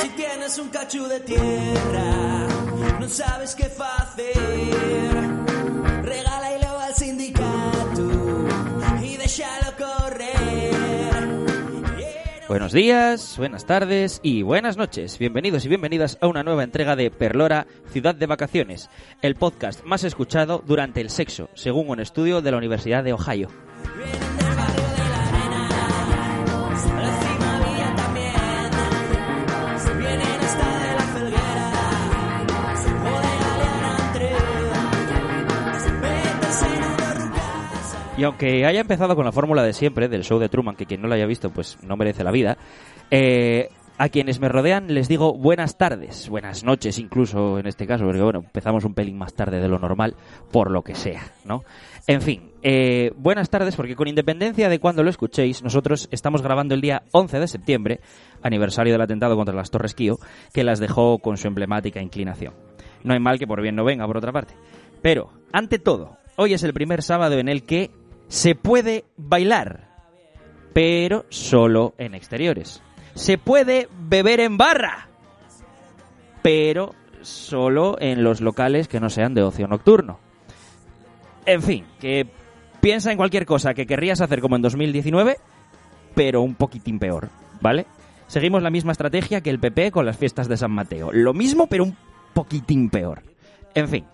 Si tienes un cacho de tierra, no sabes qué hacer. Regálalo al sindicato y déjalo correr. Quiero- Buenos días, buenas tardes y buenas noches. Bienvenidos y bienvenidas a una nueva entrega de Perlora, Ciudad de Vacaciones, el podcast más escuchado durante el sexo, según un estudio de la Universidad de Ohio. Vienen del barrio de la arena, la cima vía también. Se vienen hasta de la felguera, o de Galeana Andrea. Se meten en una rucasa. Y aunque haya empezado con la fórmula de siempre del show de Truman, que quien no lo haya visto pues no merece la vida, eh, a quienes me rodean les digo buenas tardes, buenas noches incluso en este caso, porque bueno, empezamos un pelín más tarde de lo normal, por lo que sea, ¿no? En fin, eh, buenas tardes porque con independencia de cuándo lo escuchéis, nosotros estamos grabando el día 11 de septiembre, aniversario del atentado contra las Torres Kio, que las dejó con su emblemática inclinación. No hay mal que por bien no venga, por otra parte. Pero, ante todo, hoy es el primer sábado en el que se puede bailar, pero solo en exteriores. Se puede beber en barra, pero solo en los locales que no sean de ocio nocturno. En fin, que piensa en cualquier cosa que querrías hacer como en 2019, pero un poquitín peor, ¿vale? Seguimos la misma estrategia que el PP con las fiestas de San Mateo. Lo mismo, pero un poquitín peor. En fin,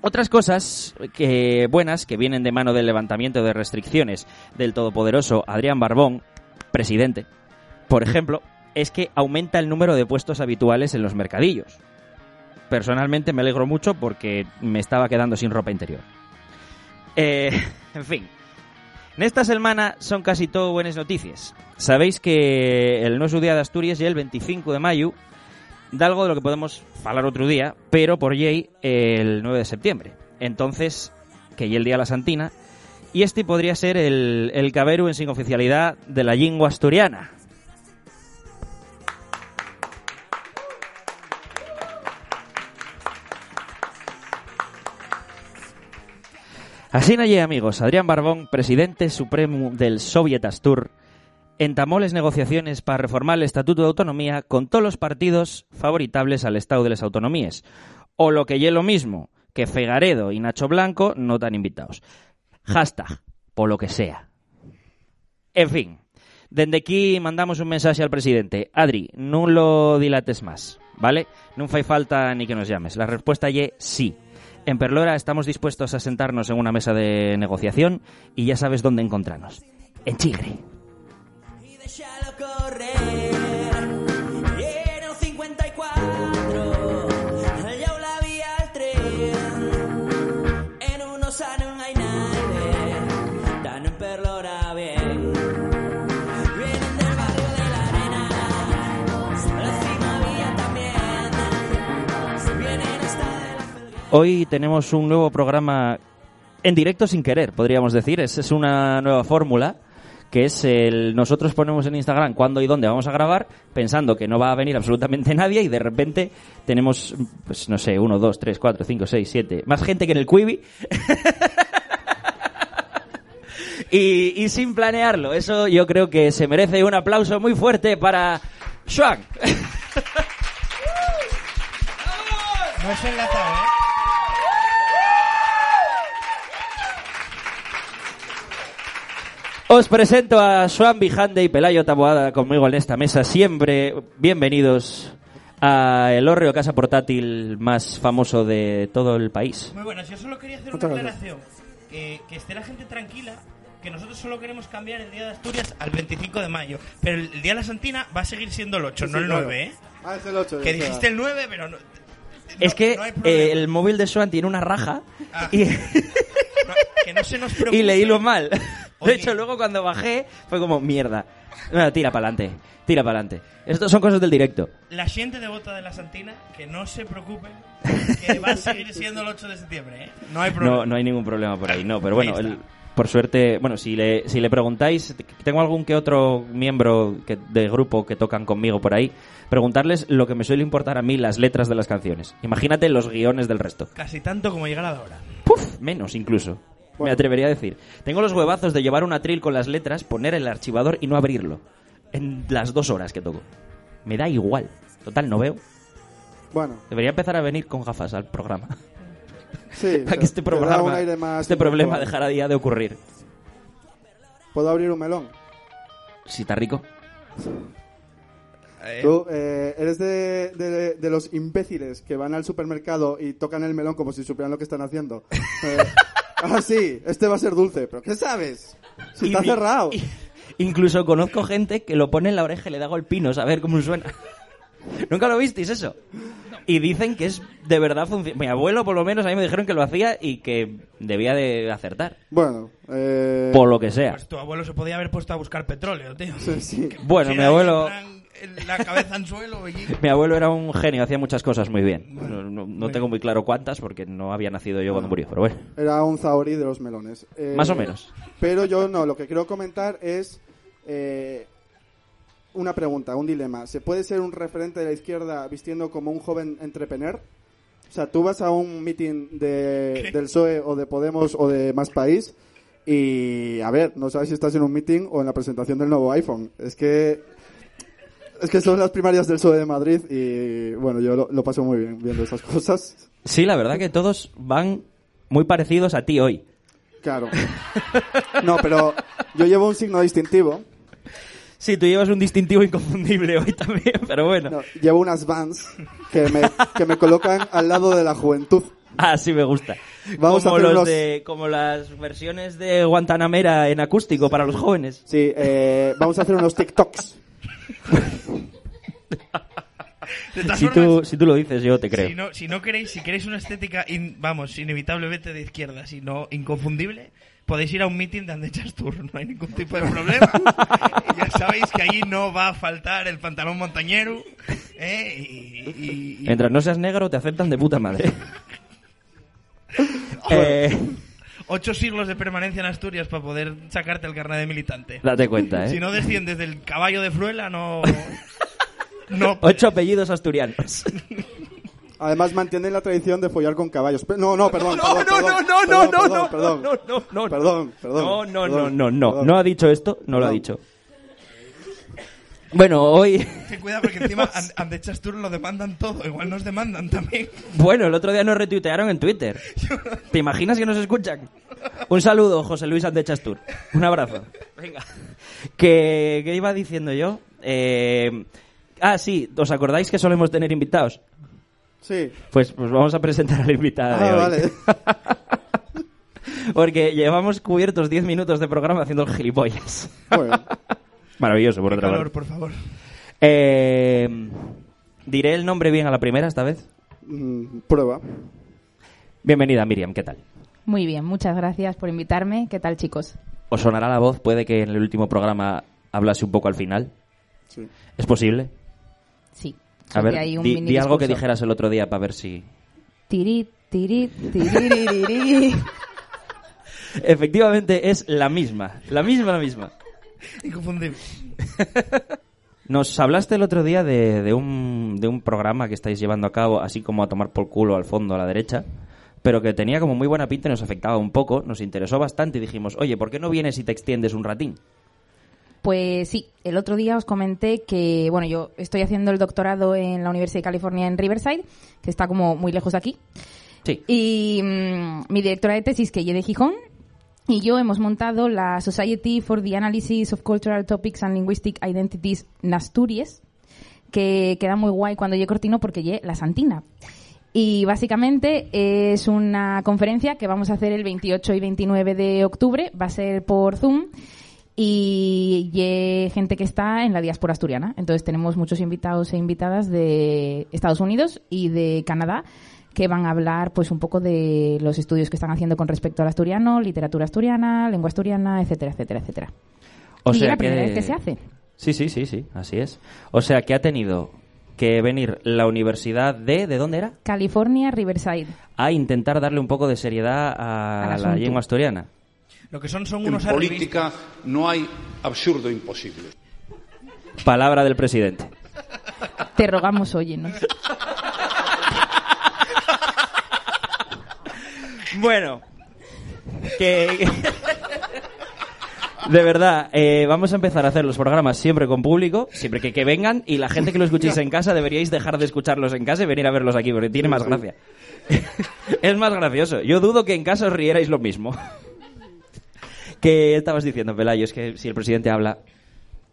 otras cosas que buenas que vienen de mano del levantamiento de restricciones del todopoderoso Adrián Barbón, presidente, por ejemplo, es que aumenta el número de puestos habituales en los mercadillos. Personalmente me alegro mucho porque me estaba quedando sin ropa interior. Eh, en fin. Nesta semana son casi todo buenas noticias. Sabéis que el no día de Asturias y el 25 de mayo de algo de lo que podemos hablar otro día, pero por Jay el 9 de septiembre. Entonces, que ya el día de la Santina. Y este podría ser el, el caberu en sin oficialidad de la lengua asturiana. Así naye, amigos. Adrián Barbón, presidente supremo del Soviet Astur, entamó les negociaciones para reformar el Estatuto de Autonomía con todos los partidos favoritables al Estado de las Autonomías. O lo que ye lo mismo, que Fegaredo y Nacho Blanco no tan invitados. Hashtag, por lo que sea. En fin, desde aquí mandamos un mensaje al presidente. Adri, no lo dilates más, ¿vale? No fai falta ni que nos llames. La respuesta ye sí. En Perlora estamos dispuestos a sentarnos en una mesa de negociación y ya sabes dónde encontrarnos. En Chigre. y déjalo correr. Y en el 54, allá la vía al tren. En unos años no hay nadie, tan en perlora bien. Vienen del barrio de la arena, la cima vía también. Se vienen hasta de la felguera. Hoy tenemos un nuevo programa en directo sin querer, podríamos decir. Es, es una nueva fórmula que es el nosotros ponemos en Instagram cuándo y dónde vamos a grabar, pensando que no va a venir absolutamente nadie y de repente tenemos, pues no sé, uno, dos, tres, cuatro, cinco, seis, siete, más gente que en el Quibi. y, y sin planearlo, eso yo creo que se merece un aplauso muy fuerte para Joan. No es enlatado, ¿eh? Os presento a Joan Vijande y Pelayo Taboada conmigo en esta mesa. Siempre bienvenidos a el Orreo Casa Portátil más famoso de todo el país. Muy buenas, yo solo quería hacer una Otra vez. aclaración. Que, que esté la gente tranquila, que nosotros solo queremos cambiar el Día de Asturias al 25 de mayo. Pero el Día de la Santina va a seguir siendo el 8, Sí, no el claro. 9, ¿eh? Ah, es el 8. Que dijiste el 9, pero no... no- es que no hay eh, problema. el móvil de Joan tiene una raja Ah. y, No, que no se nos y preocupe. leílo mal. De Oye. hecho, luego cuando bajé fue como mierda. Bueno, tira para adelante, tira para adelante. Estos son cosas del directo. La gente devota de la Santina, que no se preocupen, que va a seguir siendo el 8 de septiembre, ¿eh? No hay problema. No, no hay ningún problema por ahí, no, pero Ahí bueno, está. el- por suerte, bueno, si le, si le preguntáis, tengo algún que otro miembro que, del grupo que tocan conmigo por ahí, preguntarles lo que me suele importar a mí, las letras de las canciones. Imagínate los guiones del resto. Casi tanto como llegar a la hora. Puf, menos incluso. Me Bueno. atrevería a decir. Tengo los huevazos de llevar un atril con las letras, poner el archivador y no abrirlo. En las dos horas que toco. Me da igual. Total, no veo. Bueno, Debería empezar a venir con gafas al programa. sí. Para te- que este te da programa, un aire más este problema intelectual. dejara día de ocurrir. Puedo abrir un melón. Si está rico. Eh, Tú eh, eres de, de- de los imbéciles que van al supermercado y tocan el melón como si supieran lo que están haciendo. Eh, ah, sí, este va a ser dulce, pero ¿qué sabes? Si Y está mi- cerrado. y- incluso conozco gente que lo pone en la oreja y le da golpinos a ver cómo suena. ¿Nunca lo visteis eso? Y dicen que es de verdad funciona. Mi abuelo, por lo menos, a mí me dijeron que lo hacía y que debía de acertar. Bueno, eh, Por lo que sea. Pues tu abuelo se podía haber puesto a buscar petróleo, tío. sí, sí. Bueno, mi Era ahí abuelo, en plan, en La cabeza en suelo, y- mi abuelo era un genio, hacía muchas cosas muy bien. No, no- no tengo muy claro cuántas porque no había nacido yo cuando murió, pero bueno. Era un zaori de los melones. Eh, Más o menos. Pero yo no, lo que quiero comentar es eh, una pregunta, un dilema. ¿Se puede ser un referente de la izquierda vistiendo como un joven entrepreneur? O sea, tú vas a un meeting de, del PSOE o de Podemos o de Más País y, a ver, no sabes si estás en un meeting o en la presentación del nuevo iPhone. Es que... Es que son las primarias del PSOE de Madrid y, bueno, yo lo, lo paso muy bien viendo esas cosas. Sí, la verdad que todos van muy parecidos a ti hoy. Claro. No, pero yo llevo un signo distintivo. Sí, tú llevas un distintivo inconfundible hoy también, pero bueno. No, llevo unas vans que me, que me colocan al lado de la juventud. Ah, sí me gusta. Vamos a como, hacer los unos- de, como las versiones de Guantanamera en acústico para los jóvenes. Sí, eh, vamos a hacer unos TikToks. De todas Si formas, tú, si tú lo dices, yo te creo. Si no, si no queréis, si queréis una estética, in- vamos, inevitablemente de izquierda, si no inconfundible, podéis ir a un meeting de Andechas Tour, no hay ningún tipo de problema. Y ya sabéis que ahí no va a faltar el pantalón montañero, ¿eh? y, y- y- Mientras no seas negro, te aceptan de puta madre. Eh, ocho siglos de permanencia en Asturias para poder sacarte el carnet de militante. date cuenta, ¿eh? Si no desciendes del caballo de Fruela, no... No, Ocho apellidos asturianos. Además mantienen la tradición de follar con caballos. Pe- No, no, perdón. No, perdón, no, perdón, no, no, perdón, no, perdón, no, no, perdón, no, no, no. Perdón, perdón. No, no, no, perdón, no, no. perdón. No ha dicho esto, no lo ha Perdón. dicho. Bueno, hoy... ten cuidado porque encima And- Andechas Tour lo demandan todo, igual nos demandan también. Bueno, el otro día nos retuitearon en Twitter. ¿Te imaginas que nos escuchan? Un saludo, José Luis Andechastur. Un abrazo. Venga. ¿Qué, qué iba diciendo yo? Eh, ah, sí, ¿os acordáis que solemos tener invitados? Sí. Pues, pues vamos a presentar al invitado Ah, vale. Porque llevamos cubiertos 10 minutos de programa haciendo el gilipollas. Bueno, Maravilloso, por otra Calor, parte. por favor. Eh, Diré el nombre bien a la primera esta vez. mm, prueba. Bienvenida, Miriam, ¿qué tal? Muy bien, muchas gracias por invitarme. ¿Qué tal, chicos? ¿Os sonará la voz? Puede que en el último programa hablase un poco al final. Sí. ¿Es posible? Sí. A ver, solté ahí un di, mini di algo que discurso. dijeras el otro día para ver si... Tirit, tirit, tiriririrí. Efectivamente, es la misma. La misma, la misma. Inconfundible. Nos hablaste el otro día de, de un, de un programa que estáis llevando a cabo, así como a tomar por culo al fondo, a la derecha, pero que tenía como muy buena pinta y nos afectaba un poco, nos interesó bastante y dijimos, oye, ¿por qué no vienes y te extiendes un ratín? Pues sí, el otro día os comenté que, bueno, yo estoy haciendo el doctorado en la Universidad de California en Riverside, que está como muy lejos de aquí, Sí. Y mm, mi directora de tesis, que es de Gijón, y yo hemos montado la Society for the Analysis of Cultural Topics and Linguistic Identities Nasturies, que queda muy guay cuando yo cortino porque lle la Santina. Y básicamente es una conferencia que vamos a hacer el 28 y 29 de octubre, va a ser por Zoom y lle gente que está en la diáspora asturiana. Entonces tenemos muchos invitados e invitadas de Estados Unidos y de Canadá que van a hablar pues un poco de los estudios que están haciendo con respecto al asturiano, literatura asturiana, lengua asturiana, etcétera, etcétera, etcétera. O y es sea la primera que- vez que se hace. Sí, sí, sí, sí, así es. O sea que ha tenido que venir la universidad de... ¿De dónde era? California Riverside. A intentar darle un poco de seriedad Al a la asunto. lengua asturiana. Lo que son son En unos arribistas. política no hay absurdo imposible. Palabra del presidente. Te rogamos, óyenos. Bueno, que... De verdad, eh, vamos a empezar a hacer los programas siempre con público, siempre que, que vengan, y la gente que lo escuchéis en casa deberíais dejar de escucharlos en casa y venir a verlos aquí, porque tiene más gracia. es más gracioso. Yo dudo que en casa os rierais lo mismo. ¿Qué estabas diciendo, Pelayo? Es que si el presidente habla...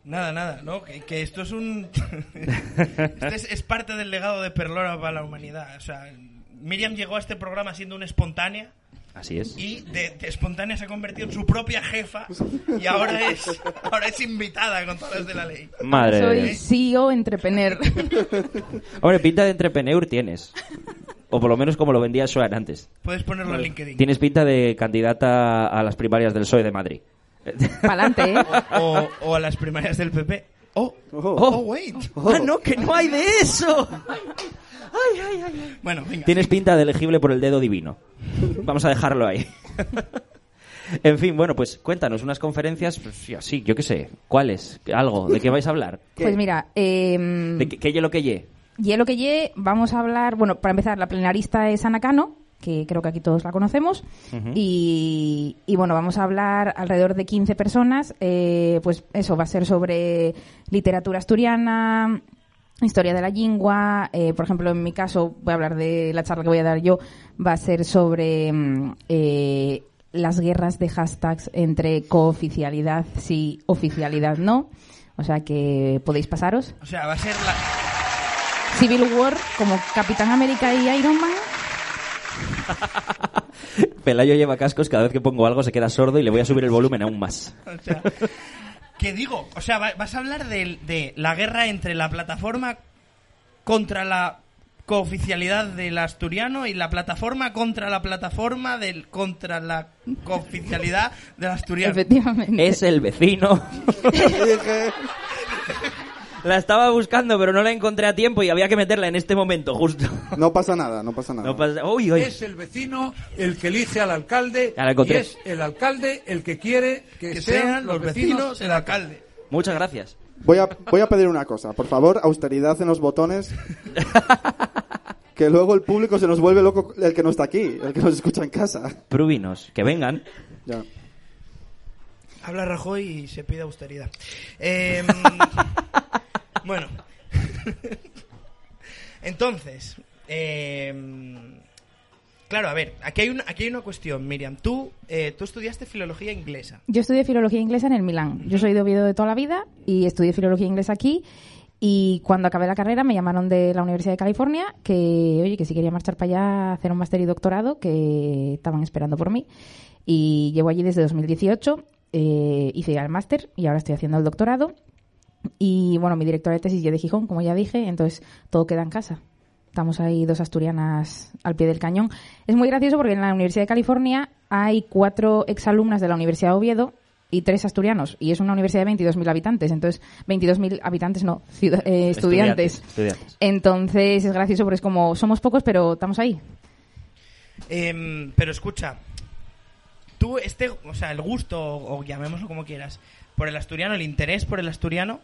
Nada, nada, ¿no? Que, que esto es un... Esto es, es parte del legado de Perlora para la humanidad. O sea, Miriam llegó a este programa siendo una espontánea Así es. y de, de espontánea se ha convertido en su propia jefa y ahora es, ahora es invitada con todas las de la ley. Madre de Soy E Dios. CEO entrepreneur. Hombre, pinta de entrepreneur tienes. O por lo menos como lo vendía Suárez antes. Puedes ponerlo en LinkedIn. Tienes pinta de candidata a las primarias del PSOE E de Madrid. Pa'lante, ¿eh? O, o a las primarias del PP. Oh, Ojo. oh, wait. ¡Ah, no, que no hay de eso! Bueno, venga. Tienes pinta de elegible por el dedo divino. Vamos a dejarlo ahí. En fin, bueno, pues cuéntanos unas conferencias, pues, sí, así, yo qué sé, ¿cuáles? ¿Algo? ¿De qué vais a hablar? Pues mira, eh, ¿De qué, qué ye lo que ye? Y es lo que lle, vamos a hablar, bueno, para empezar, la plenarista es Ana Cano, que creo que aquí todos la conocemos, y, y, bueno, vamos a hablar alrededor de 15 personas, eh, pues eso va a ser sobre literatura asturiana, historia de la lengua, eh, por ejemplo, en mi caso, voy a hablar de la charla que voy a dar yo, va a ser sobre mm, eh, las guerras de hashtags entre cooficialidad sí, oficialidad no, o sea que podéis pasaros. O sea, va a ser la... Civil War como Capitán América y Iron Man. Pelayo lleva cascos, cada vez que pongo algo se queda sordo y le voy a subir el volumen aún más. O sea, ¿Qué digo? O sea, va- vas a hablar de, de la guerra entre la plataforma contra la cooficialidad del asturiano y la plataforma contra la plataforma del contra la cooficialidad del asturiano. Efectivamente. Es el vecino. Dije, La estaba buscando, pero no la encontré a tiempo y había que meterla en este momento, justo. no pasa nada, no pasa nada. No pasa- Uy, uy. Es el vecino el que elige al alcalde Ya la y encontré. es el alcalde el que quiere que, Que sean los vecinos el alcalde. Muchas gracias. Voy a, voy a pedir una cosa, por favor, austeridad en los botones. Que luego el público se nos vuelve loco el que no está aquí, el que nos escucha en casa. Prubinos, que vengan. Ya. Habla Rajoy y se pide austeridad. Em, bueno. Entonces, em, claro, a ver, aquí hay una, aquí hay una cuestión, Miriam. Tú, eh, tú estudiaste filología inglesa. Yo estudié filología inglesa en el Milán. Yo soy de Oviedo de toda la vida y estudié filología inglesa aquí. Y cuando acabé la carrera me llamaron de la Universidad de California que, oye, que si quería marchar para allá a hacer un máster y doctorado, que estaban esperando por mí. Y llevo allí desde 2018, eh, hice ya el máster y ahora estoy haciendo el doctorado. Y bueno, mi directora de tesis es de Gijón, como ya dije, entonces todo queda en casa. Estamos ahí dos asturianas al pie del cañón. Es muy gracioso porque en la Universidad de California hay cuatro exalumnas de la Universidad de Oviedo y tres asturianos. Y es una universidad de 22.000 habitantes. Entonces, 22.000 habitantes, no, ciudad- eh, estudiantes. Estudiantes. Entonces, es gracioso porque es como, somos pocos, pero estamos ahí. Em, pero escucha, tú este, o sea, el gusto, o, o llamémoslo como quieras, por el asturiano, el interés por el asturiano,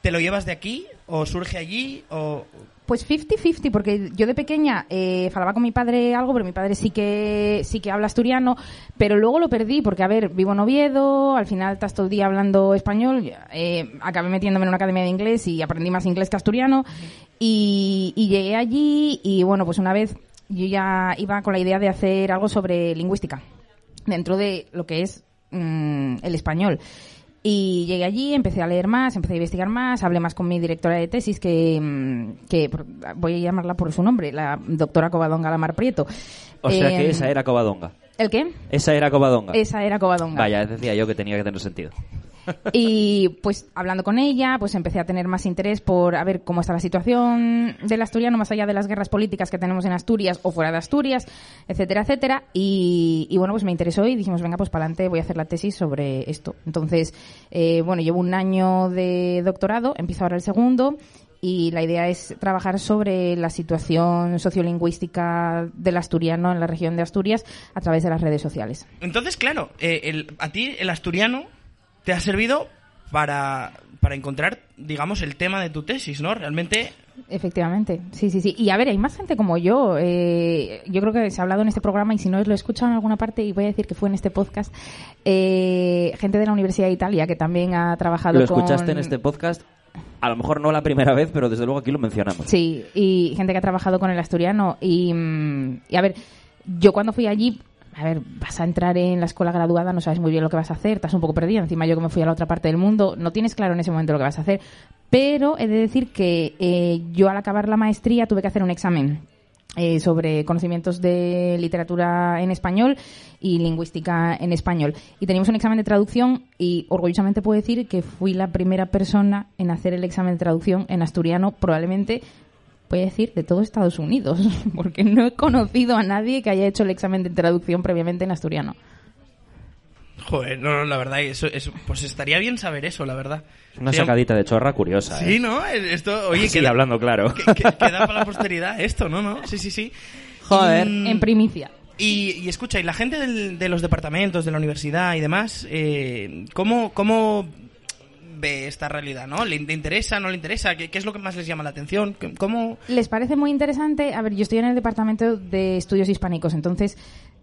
¿te lo llevas de aquí o surge allí o Pues 50-50, porque yo de pequeña eh, falaba con mi padre algo, pero mi padre sí que sí que habla asturiano, pero luego lo perdí, porque, a ver, vivo en Oviedo, al final estás todo el día hablando español, eh, acabé metiéndome en una academia de inglés y aprendí más inglés que asturiano, y, y llegué allí, y bueno, pues una vez yo ya iba con la idea de hacer algo sobre lingüística, dentro de lo que es mm, el español. Y llegué allí, empecé a leer más, empecé a investigar más, hablé más con mi directora de tesis, que, mm, que por- voy a llamarla por su nombre, la doctora Covadonga Lamar Prieto. O sea Eh, que esa era Covadonga. ¿El qué? Esa era Covadonga. Esa era Covadonga. Vaya, decía yo que tenía que tener sentido. Y pues hablando con ella, pues empecé a tener más interés por a ver cómo está la situación del asturiano, más allá de las guerras políticas que tenemos en Asturias o fuera de Asturias, etcétera, etcétera. Y, y bueno, pues me interesó y dijimos, venga, pues para adelante voy a hacer la tesis sobre esto. Entonces, eh, bueno, llevo un año de doctorado, empiezo ahora el segundo. Y la idea es trabajar sobre la situación sociolingüística del asturiano en la región de Asturias a través de las redes sociales. Entonces, claro, eh, el- a ti el asturiano te ha servido para, para encontrar, digamos, el tema de tu tesis, ¿no? Realmente, Efectivamente, sí, sí, sí. Y a ver, hay más gente como yo. eh, yo creo que se ha hablado en este programa y si no os lo he escuchado en alguna parte y voy a decir que fue en este podcast, eh, gente de la Universidad de Italia que también ha trabajado Lo con- escuchaste en este podcast, a lo mejor no la primera vez, pero desde luego aquí lo mencionamos. Sí, y gente que ha trabajado con el asturiano. Y, mm, y a ver, yo cuando fui allí, a ver, vas a entrar en la escuela graduada, no sabes muy bien lo que vas a hacer, estás un poco perdida. Encima yo que me fui a la otra parte del mundo, no tienes claro en ese momento lo que vas a hacer. Pero he de decir que eh, yo al acabar la maestría tuve que hacer un examen. eh, sobre conocimientos de literatura en español y lingüística en español. Y teníamos un examen de traducción y orgullosamente puedo decir que fui la primera persona en hacer el examen de traducción en asturiano, probablemente voy a decir, de todo Estados Unidos, porque no he conocido a nadie que haya hecho el examen de traducción previamente en asturiano. joder, no, no, la verdad, eso, eso- pues estaría bien saber eso, la verdad. Es Una Sí, am- sacadita de chorra curiosa. Sí, ¿eh? ¿no? Esto, oye, Así, queda, hablando claro. que- que- queda para la posteridad esto, ¿no? ¿No? Sí, sí, sí. Joder. Mm, En primicia. Y, y escucha, y la gente del- de los departamentos, de la universidad y demás, eh, ¿cómo, ¿cómo ve esta realidad? ¿No? ¿Le, le interesa? ¿No le interesa? ¿Qué, qué es lo que más les llama la atención? ¿Cómo...? ¿Les parece muy interesante? A ver, yo estoy en el departamento de estudios hispánicos, entonces,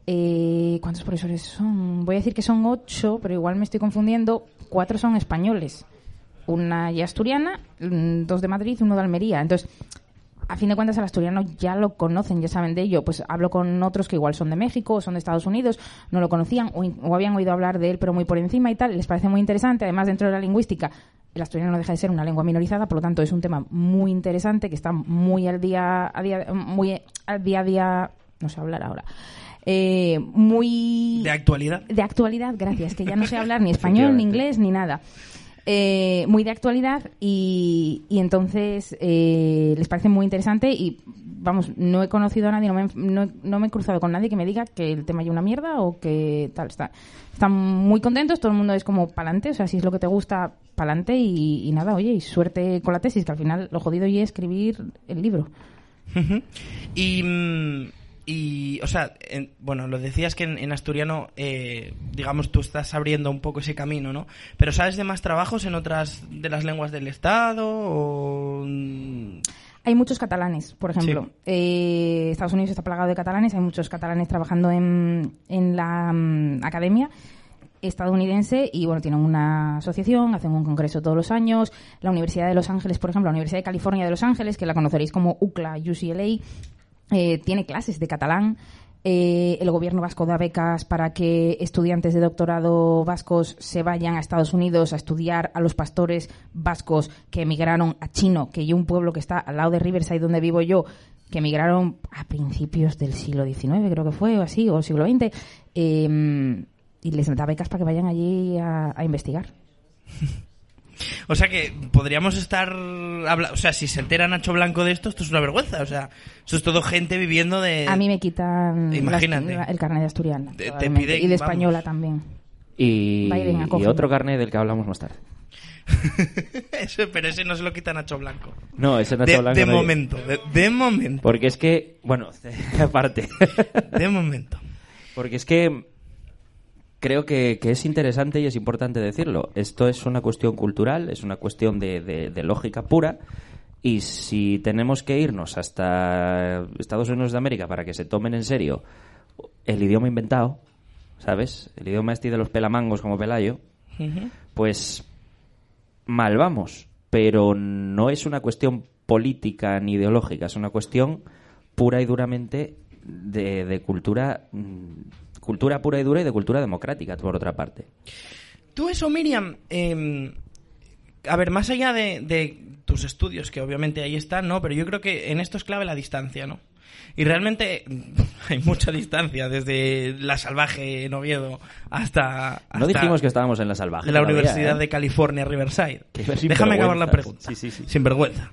eh, ¿cuántos profesores son? Voy a decir que son ocho, pero igual me estoy confundiendo. Cuatro son españoles. Una ya asturiana, mm, dos de Madrid, uno de Almería. Entonces, a fin de cuentas el asturiano ya lo conocen, ya saben de ello. Pues hablo con otros que igual son de México o son de Estados Unidos, no lo conocían o, in- o habían oído hablar de él, pero muy por encima y tal. Les parece muy interesante. Además, dentro de la lingüística, el asturiano no deja de ser una lengua minorizada, por lo tanto es un tema muy interesante que está muy al día a día, muy al día a día, no sé hablar ahora, eh, muy ¿De actualidad? de actualidad, gracias, que ya no sé hablar ni español, ni inglés, ni nada. Eh, muy de actualidad y, y entonces eh, les parece muy interesante y vamos, no he conocido a nadie, no me, he- no, he- no me he cruzado con nadie que me diga que el tema es una mierda o que tal, está, están muy contentos, todo el mundo es como pa'lante, o sea, si es lo que te gusta, pa'lante y, y nada, oye, y suerte con la tesis, que al final lo jodido y es escribir el libro. Ujú. Y, mm, y, o sea, en- bueno, lo decías que en, en asturiano, eh, digamos, tú estás abriendo un poco ese camino, ¿no? Pero ¿sabes de más trabajos en otras de las lenguas del Estado? O... mm, Hay muchos catalanes, por ejemplo. Sí. Eh, Estados Unidos está plagado de catalanes, hay muchos catalanes trabajando en, en la mm, academia estadounidense y bueno, tienen una asociación, hacen un congreso todos los años. La Universidad de Los Ángeles, por ejemplo, la Universidad de California de Los Ángeles, que la conoceréis como UCLA, UCLA, eh, tiene clases de catalán. Eh, el gobierno vasco da becas para que estudiantes de doctorado vascos se vayan a Estados Unidos a estudiar a los pastores vascos que emigraron a Chino, que hay un pueblo que está al lado de Riverside donde vivo yo, que emigraron a principios del siglo XIX, creo que fue, o así, o siglo XX, eh, y les da becas para que vayan allí a- a investigar. O sea que podríamos estar... habla- O sea, si se entera Nacho Blanco de esto, esto es una vergüenza. O sea, eso es todo gente viviendo de... A mí me quitan Eh, Imagínate. la- el carnet de asturiana. Te- te probablemente, piden, y de vamos. española también. Y, Biden, y acógeme. otro carne del que hablamos más tarde. Eso, pero ese no se lo quita Nacho Blanco. No, ese no De, está hablando de nadie. momento, de, de momento, Porque es que, bueno, aparte. de momento. Porque es que creo que, que es interesante y es importante decirlo. Esto es una cuestión cultural, es una cuestión de, de- de lógica pura. Y si tenemos que irnos hasta Estados Unidos de América para que se tomen en serio el idioma inventado, ¿sabes? El idioma este de los pelamangos como Pelayo, Ujú. pues mal vamos, pero no es una cuestión política ni ideológica, es una cuestión pura y duramente de, de cultura, mm, cultura pura y dura y de cultura democrática, por otra parte. Tú eso, Miriam, eh, a ver, más allá de, de tus estudios, que obviamente ahí están, ¿no? Pero yo creo que en esto es clave la distancia, ¿no? Y realmente hay mucha distancia desde la salvaje en Oviedo hasta... No hasta dijimos que estábamos en la salvaje. la todavía, Universidad ¿eh? de California, Riverside. Qué Déjame acabar la sinvergüenzas. pregunta. Sí, sí, sí. Sin vergüenza.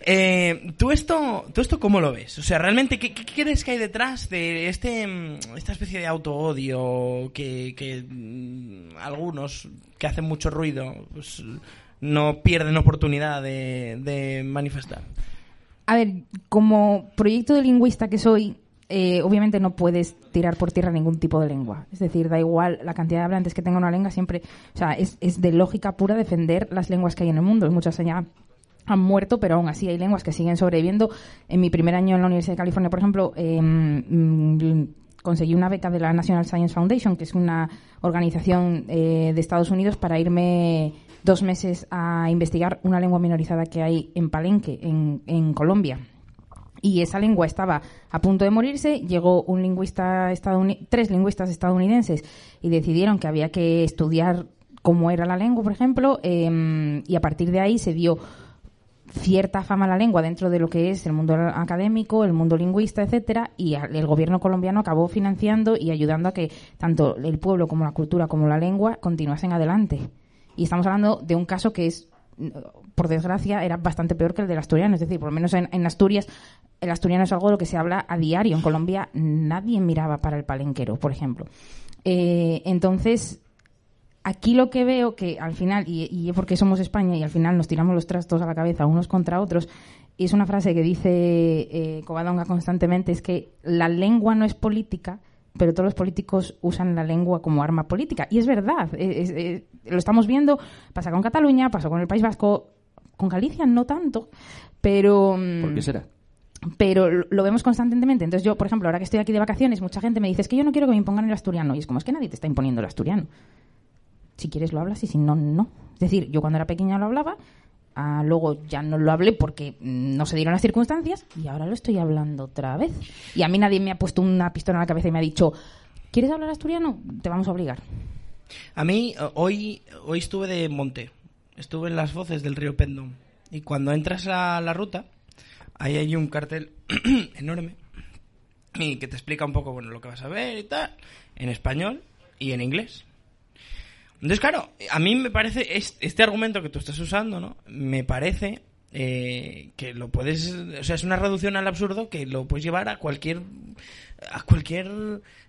Eh, ¿tú, esto, ¿Tú esto cómo lo ves? O sea, realmente, ¿qué, qué crees que hay detrás de este mm, esta especie de auto-odio que, que, mm, algunos que hacen mucho ruido pues, no pierden oportunidad de, de manifestar? A ver, como proyecto de lingüista que soy, eh, obviamente no puedes tirar por tierra ningún tipo de lengua. Es decir, da igual la cantidad de hablantes que tenga una lengua, siempre. O sea, es, es de lógica pura defender las lenguas que hay en el mundo. Muchas ya han muerto, pero aún así hay lenguas que siguen sobreviviendo. En mi primer año en la Universidad de California, por ejemplo, eh, mm, conseguí una beca de la National Science Foundation, que es una organización eh, de Estados Unidos, para irme dos meses a investigar una lengua minorizada que hay en Palenque, en, en Colombia. Y esa lengua estaba a punto de morirse, llegó un lingüista estadouni- tres lingüistas estadounidenses y decidieron que había que estudiar cómo era la lengua, por ejemplo, em, y a partir de ahí se dio cierta fama a la lengua dentro de lo que es el mundo académico, el mundo lingüista, etcétera, y al- el gobierno colombiano acabó financiando y ayudando a que tanto el pueblo como la cultura como la lengua continuasen adelante. Y estamos hablando de un caso que es mm, por desgracia era bastante peor que el del asturiano, es decir, por lo menos en, en Asturias el asturiano es algo de lo que se habla a diario, en Colombia nadie miraba para el palenquero, por ejemplo. Eh, entonces, aquí lo que veo que al final, y, y porque somos España y al final nos tiramos los trastos a la cabeza unos contra otros, y es una frase que dice eh, Covadonga constantemente, es que la lengua no es política, pero todos los políticos usan la lengua como arma política. Y es verdad, eh, es- es- es- lo estamos viendo, pasa con Cataluña, pasó con el País Vasco, con Galicia no tanto, pero... mm, ¿Por qué será? pero lo lo vemos constantemente. Entonces yo, por ejemplo, ahora que estoy aquí de vacaciones, mucha gente me dice, es que yo no quiero que me impongan el asturiano. Y es como, es que nadie te está imponiendo el asturiano. Si quieres lo hablas y si no, no. Es decir, yo cuando era pequeña lo hablaba, ah, luego ya no lo hablé porque mm, no se dieron las circunstancias y ahora lo estoy hablando otra vez. Y a mí nadie me ha puesto una pistola en la cabeza y me ha dicho, ¿quieres hablar asturiano? Te vamos a obligar. A mí eh, hoy, hoy estuve de monte, estuve en las voces del río Pendón. Y cuando entras a la ruta, ahí hay un cartel enorme y que te explica un poco bueno, lo que vas a ver y tal, en español y en inglés. Entonces, claro, a mí me parece, es- este argumento que tú estás usando, ¿no? Me parece eh, que lo puedes, o sea, es una reducción al absurdo que lo puedes llevar a cualquier, a cualquier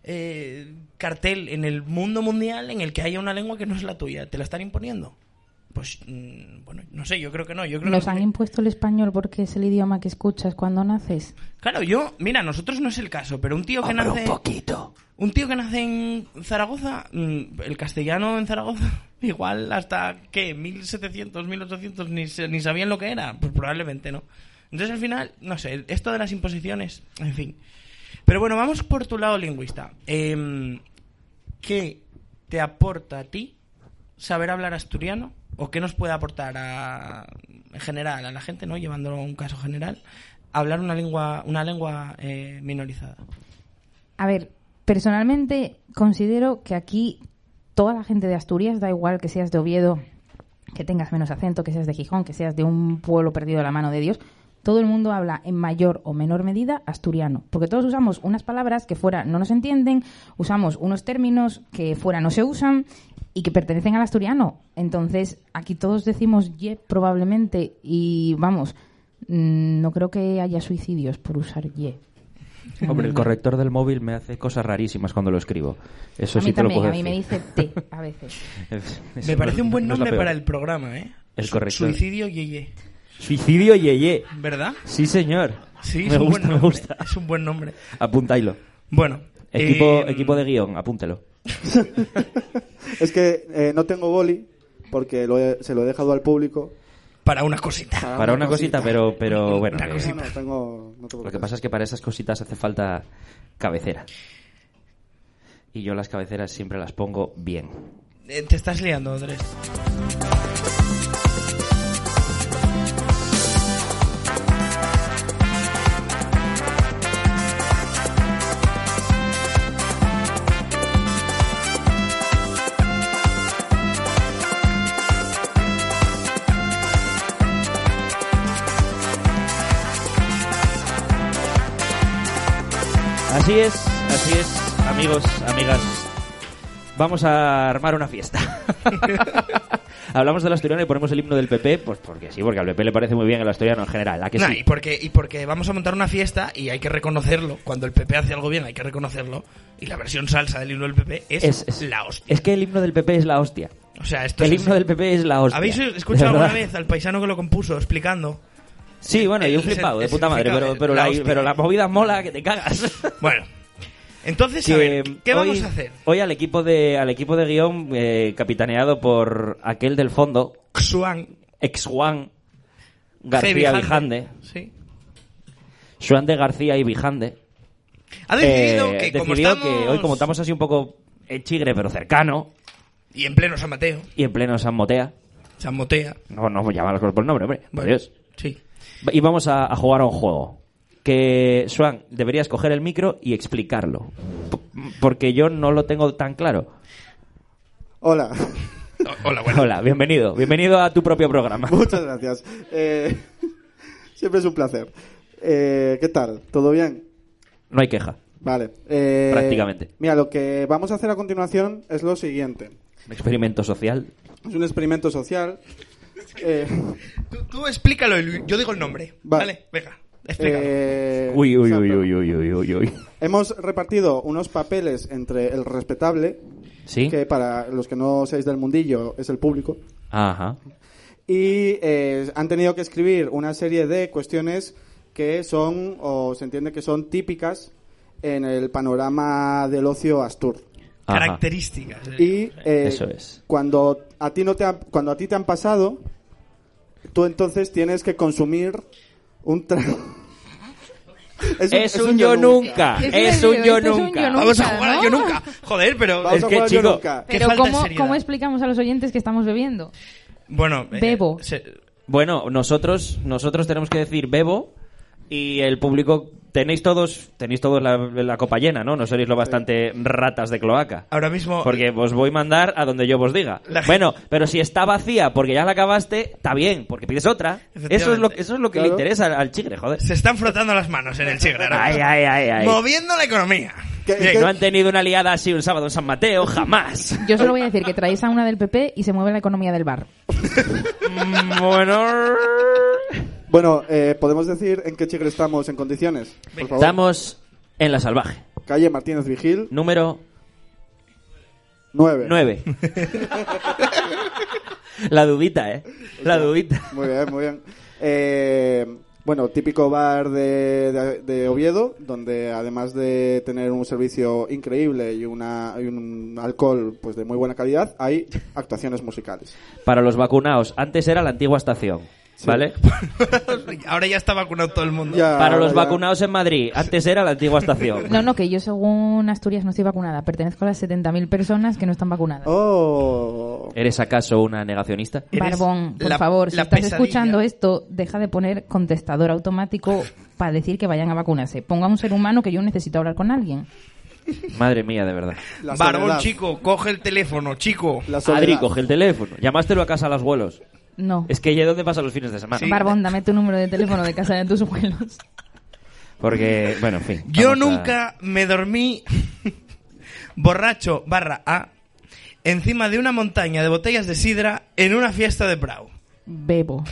eh, cartel en el mundo mundial en el que haya una lengua que no es la tuya. Te la están imponiendo. Pues, mm, bueno, no sé, yo creo que no. Yo creo ¿Nos que- han impuesto el español porque es el idioma que escuchas cuando naces? Claro, yo, mira, nosotros no es el caso, pero un tío que nace. Un poquito. Un tío que nace en Zaragoza, mm, el castellano en Zaragoza, igual hasta, ¿qué? 1700, 1800, ni, se- ni sabían lo que era. Pues probablemente no. Entonces al final, no sé, esto de las imposiciones, en fin. Pero bueno, vamos por tu lado lingüista. Em, ¿Qué te aporta a ti saber hablar asturiano? ¿O qué nos puede aportar a, en general a la gente, no llevándolo a un caso general, hablar una lengua, una lengua eh, minorizada? A ver, personalmente considero que aquí toda la gente de Asturias, da igual que seas de Oviedo, que tengas menos acento, que seas de Gijón, que seas de un pueblo perdido de la mano de Dios, todo el mundo habla en mayor o menor medida asturiano, porque todos usamos unas palabras que fuera no nos entienden, usamos unos términos que fuera no se usan y que pertenecen al asturiano. Entonces, aquí todos decimos ye probablemente y vamos, mm, no creo que haya suicidios por usar ye. Hombre, el corrector del móvil me hace cosas rarísimas cuando lo escribo. Eso a sí mí te lo también, puedo a mí me decir. dice T a veces. Es- es- Me parece no- un buen no es la nombre peor. para el programa, ¿eh? El Su- corrector. Suicidio Yeye, Suicidio Yeye. ¿verdad? Sí, señor. Sí, me es un gusta, buen me nombre. gusta. Es un buen nombre. Apuntáislo. Bueno. Equipo, em, equipo de guión, apúntelo. Es que eh, no tengo boli porque lo he- se lo he dejado al público. Para una cosita. Para una cosita, pero, pero bueno. Una eh, No, cosita. no, tengo, no te Lo que preocupes. pasa es que para esas cositas hace falta cabecera. Y yo las cabeceras siempre las pongo bien. Eh, te estás liando, Andrés. Así es, así es, amigos, amigas. Vamos a armar una fiesta. Hablamos del asturiano y ponemos el himno del PP, pues porque sí, porque al PP le parece muy bien el asturiano en general. ¿a que Nah, sí? y, porque, y porque vamos a montar una fiesta y hay que reconocerlo. Cuando el PP hace algo bien, hay que reconocerlo. Y la versión salsa del himno del PP es, Es- es- la hostia. Es que el himno del PP es la hostia. o sea, esto El es himno así. del PP es la hostia. ¿Habéis de escuchado alguna verdad. vez al paisano que lo compuso explicando? Sí, bueno, y un el- el flipado de significado puta madre, pero, de pero, la la, hostia. pero la movida mola que te cagas. Bueno, entonces, a Que, ver, ¿qué hoy- vamos a hacer? Hoy al equipo de, al equipo de guión, eh, capitaneado por aquel del fondo, Xuan ex Juan García Vijande, Sí. Juan de García y Vijande, Ha decidido eh, que como decidió estamos... que hoy como estamos así un poco en chigre pero cercano Y en pleno San Mateo, y en pleno San Motea, San Motea. no, no voy a llamar las cosas por nombre, hombre, por Bueno, Dios. Sí. Y vamos a, a jugar a un juego. Que, Swan, deberías coger el micro y explicarlo. P- Porque yo no lo tengo tan claro. Hola, O- Hola, bueno. Hola, bienvenido. Bienvenido a tu propio programa. muchas gracias. Eh, siempre es un placer. Eh, ¿Qué tal? ¿Todo bien? No hay queja. Vale. eh, Prácticamente. Mira, lo que vamos a hacer a continuación es lo siguiente. Un experimento social. Es un experimento social. Eh, Tú, tú explícalo, el- yo digo el nombre. Vale. Vale, venga, explícalo. eh, Uy, uy, o sea, uy, pero- uy, uy, uy, uy, uy. Hemos repartido unos papeles entre el respetable, ¿Sí? que para los que no seáis del mundillo es el público, Ajá. y eh, han tenido que escribir una serie de cuestiones que son, o se entiende que son típicas en el panorama del ocio astur. ajá. Características. Y eh, Eso es. cuando a ti no te han, cuando a ti te han pasado, tú entonces tienes que consumir un trago. Es, un, yo nunca. Es Es un yo divertido, esto es un yo nunca. nunca. Vamos a jugar al yo nunca. Joder, pero... Vamos Es a que, jugar al yo chico, nunca. Qué Pero falta de ¿cómo, seriedad. ¿cómo explicamos a los oyentes que estamos bebiendo? Bueno, eh, Bebo. se- Bueno, nosotros, nosotros tenemos que decir bebo y el público tenéis todos, tenéis todos la, la copa llena, ¿no? No seréis lo bastante ratas de cloaca. ahora mismo... Porque os voy a mandar a donde yo vos diga. Ah, La gente- Bueno, pero si está vacía porque ya la acabaste, está bien, porque pides otra. Eso es lo, Efectivamente. eso es lo que le Claro. interesa al, al chigre, joder. Se están frotando las manos en el chigre ahora Ay, mismo. ay, ay, ay. Moviendo la economía. ¿Qué- Bien. qué- No han tenido una liada así un sábado en San Mateo, jamás. Yo solo voy a decir que traéis a una del PP y se mueve la economía del bar. Mm, bueno. Bueno, eh, podemos decir en qué chigre estamos en condiciones. Por favor. Estamos en la salvaje. Calle Martínez Vigil, Número 9. 9. La dudita, ¿eh? La dudita. Muy bien, muy bien. Eh, bueno, típico bar de, de- de Oviedo, donde además de tener un servicio increíble y, una, y un alcohol pues de muy buena calidad, hay actuaciones musicales. Para los vacunados, antes era la antigua estación, ¿vale? ahora ya está vacunado todo el mundo. Ya, Para ahora los ya- vacunados en Madrid, antes era la antigua estación. No, no, que yo según Asturias no estoy vacunada. Pertenezco a las 70.000 personas que no están vacunadas. Oh, ¿Eres acaso una negacionista? Eres Barbón, por la- favor, si la estás pesadilla. escuchando esto, deja de poner contestador automático para decir que vayan a vacunarse. Ponga un ser humano que yo necesito hablar con alguien. Madre mía, de verdad. la Barbón, soledad, chico, coge el teléfono, chico. La soledad. Adri, coge el teléfono. Llamástelo a casa a los vuelos. No. Es que ya dónde pasa los fines de semana. Sí. Barbón, dame tu número de teléfono de casa de tus abuelos. Porque, bueno, en fin. Yo vamos a- nunca me dormí borracho barra A encima de una montaña de botellas de sidra en una fiesta de Brau. Bebo.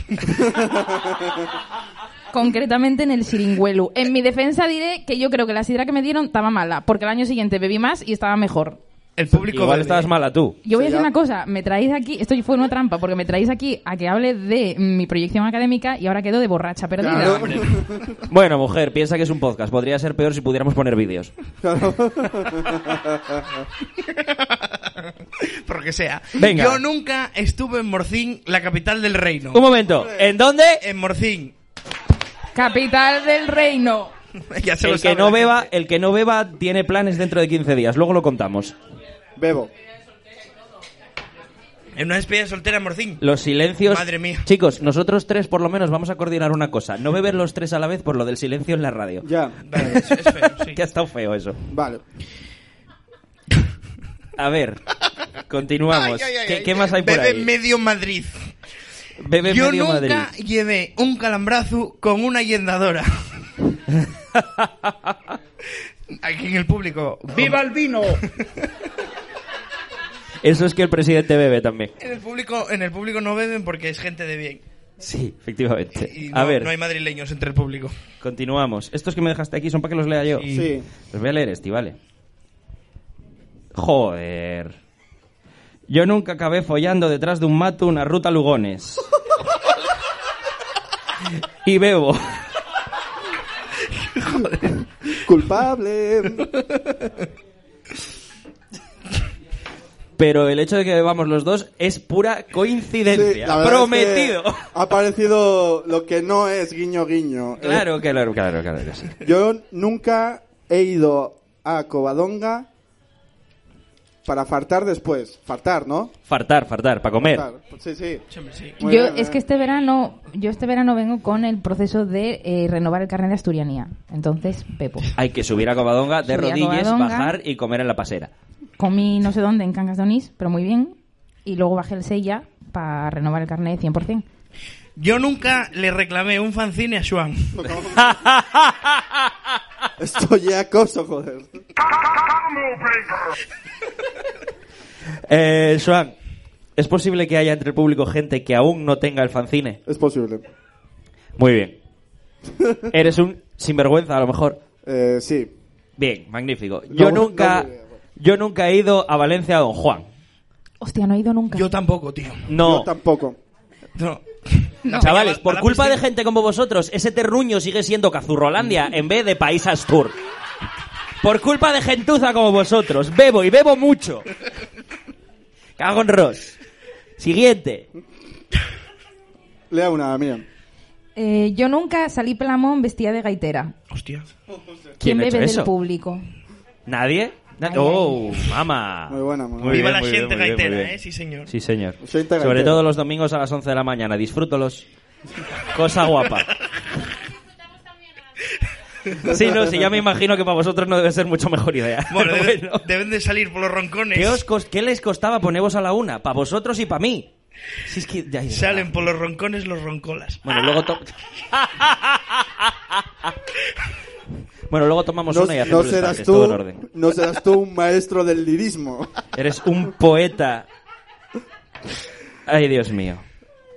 Concretamente en el Siringuelu. En mi defensa diré que yo creo que la sidra que me dieron estaba mala, porque el año siguiente bebí más y estaba mejor. El público Igual bebe. estabas mala tú. Yo voy a Sí, ya. decir una cosa, me traéis aquí, esto fue una trampa, porque me traéis aquí a que hable de mi proyección académica y ahora quedo de borracha perdida. Claro. Bueno, mujer, piensa que es un podcast. Podría ser peor si pudiéramos poner vídeos. Claro. Por lo que sea. Venga. Yo nunca estuve en Morcín, la capital del reino. Un momento. ¿En dónde? En Morcín. Capital del reino. ya se lo El que sabe no la beba, gente. el que no beba tiene planes dentro de 15 días. Luego lo contamos. Bebo. En una despedida de soltera en Morcín. Los silencios. Madre mía. Chicos, nosotros tres por lo menos vamos a coordinar una cosa. No beber los tres a la vez por lo del silencio en la radio. Ya. Vale, es- es feo, sí. Que ha estado feo eso. Vale. A ver, continuamos. Ay, ay, ay, ¿Qué, ay. qué más hay por Bebe ahí? medio Madrid. Bebe Yo medio nunca Madrid. llevé un calambrazo con una yendadora. aquí en el público. ¡Viva el vino! Eso es que el presidente bebe también. En el público, en el público no beben porque es gente de bien. Sí, efectivamente. Y a no- ver, no hay madrileños entre el público. continuamos. Estos que me dejaste aquí son para que los lea yo. Sí. Los voy a leer, este, vale. Joder. Yo nunca acabé follando detrás de un mato una ruta a Lugones. y bebo. Culpable. Pero el hecho de que bebamos los dos es pura Sí, coincidencia. la verdad es que Prometido. ha aparecido lo que no es guiño guiño. Eh, Claro, claro, claro, claro. que sí. Yo nunca he ido a Covadonga para fartar después. Fartar, ¿no? Fartar, fartar, para comer. Fartar. Sí, sí. Muy Yo bien, es eh. que este verano, yo este verano vengo con el proceso de eh, renovar el carnet de asturianía. Entonces, Pepo. Hay que subir a Covadonga de Subir a rodillas, Covadonga. bajar y comer en la pasera. Comí no sé dónde en Cangas de Onís, pero muy bien. Y luego bajé el sella para renovar el carnet 100%. Yo nunca le reclamé un fanzine a Schwan. Esto ya acoso, joder. Eh, Joan, ¿es posible que haya entre el público gente que aún no tenga el fanzine? Es posible. Muy bien. Eres un sinvergüenza, a lo mejor. Eh, sí. Bien, magnífico. Yo No, nunca, no, no. yo nunca he ido a Valencia a Don Juan. Hostia, no he ido nunca. Yo tampoco, tío. No. Yo tampoco. No. Chavales, por A la culpa de piscina. gente como vosotros, ese terruño sigue siendo Cazurrolandia en vez de País Astur. Por culpa de gentuza como vosotros, bebo y bebo mucho. Cago en Ross. Siguiente. Lea una mía. Eh, yo nunca salí pelamón vestida de gaitera. Hostia. ¿Quién, ha bebe hecho del eso? público? ¿Nadie? Na- Ay, oh, mamá. Muy buena, muy buena. Viva la muy gente muy gaitera, muy bien. ¿eh? Sí, señor. Sí, señor. Gente gaitera. Sobre todo los domingos a las 11 de la mañana. Disfrútolos. Cosa guapa. Sí, no, sí, ya me imagino que para vosotros no debe ser mucho mejor idea. Bueno, Pero deben, bueno. deben de salir por los roncones. ¿Qué, os cos- qué les costaba poneros a la una? Para vosotros y para mí. Si es que... ya, ya. Salen por los roncones los roncolas. Bueno, luego... to- bueno, luego tomamos No, una y no hacemos el serás parque, todo en tú, orden. no serás tú un maestro del lirismo. Eres un poeta. Ay, Dios mío.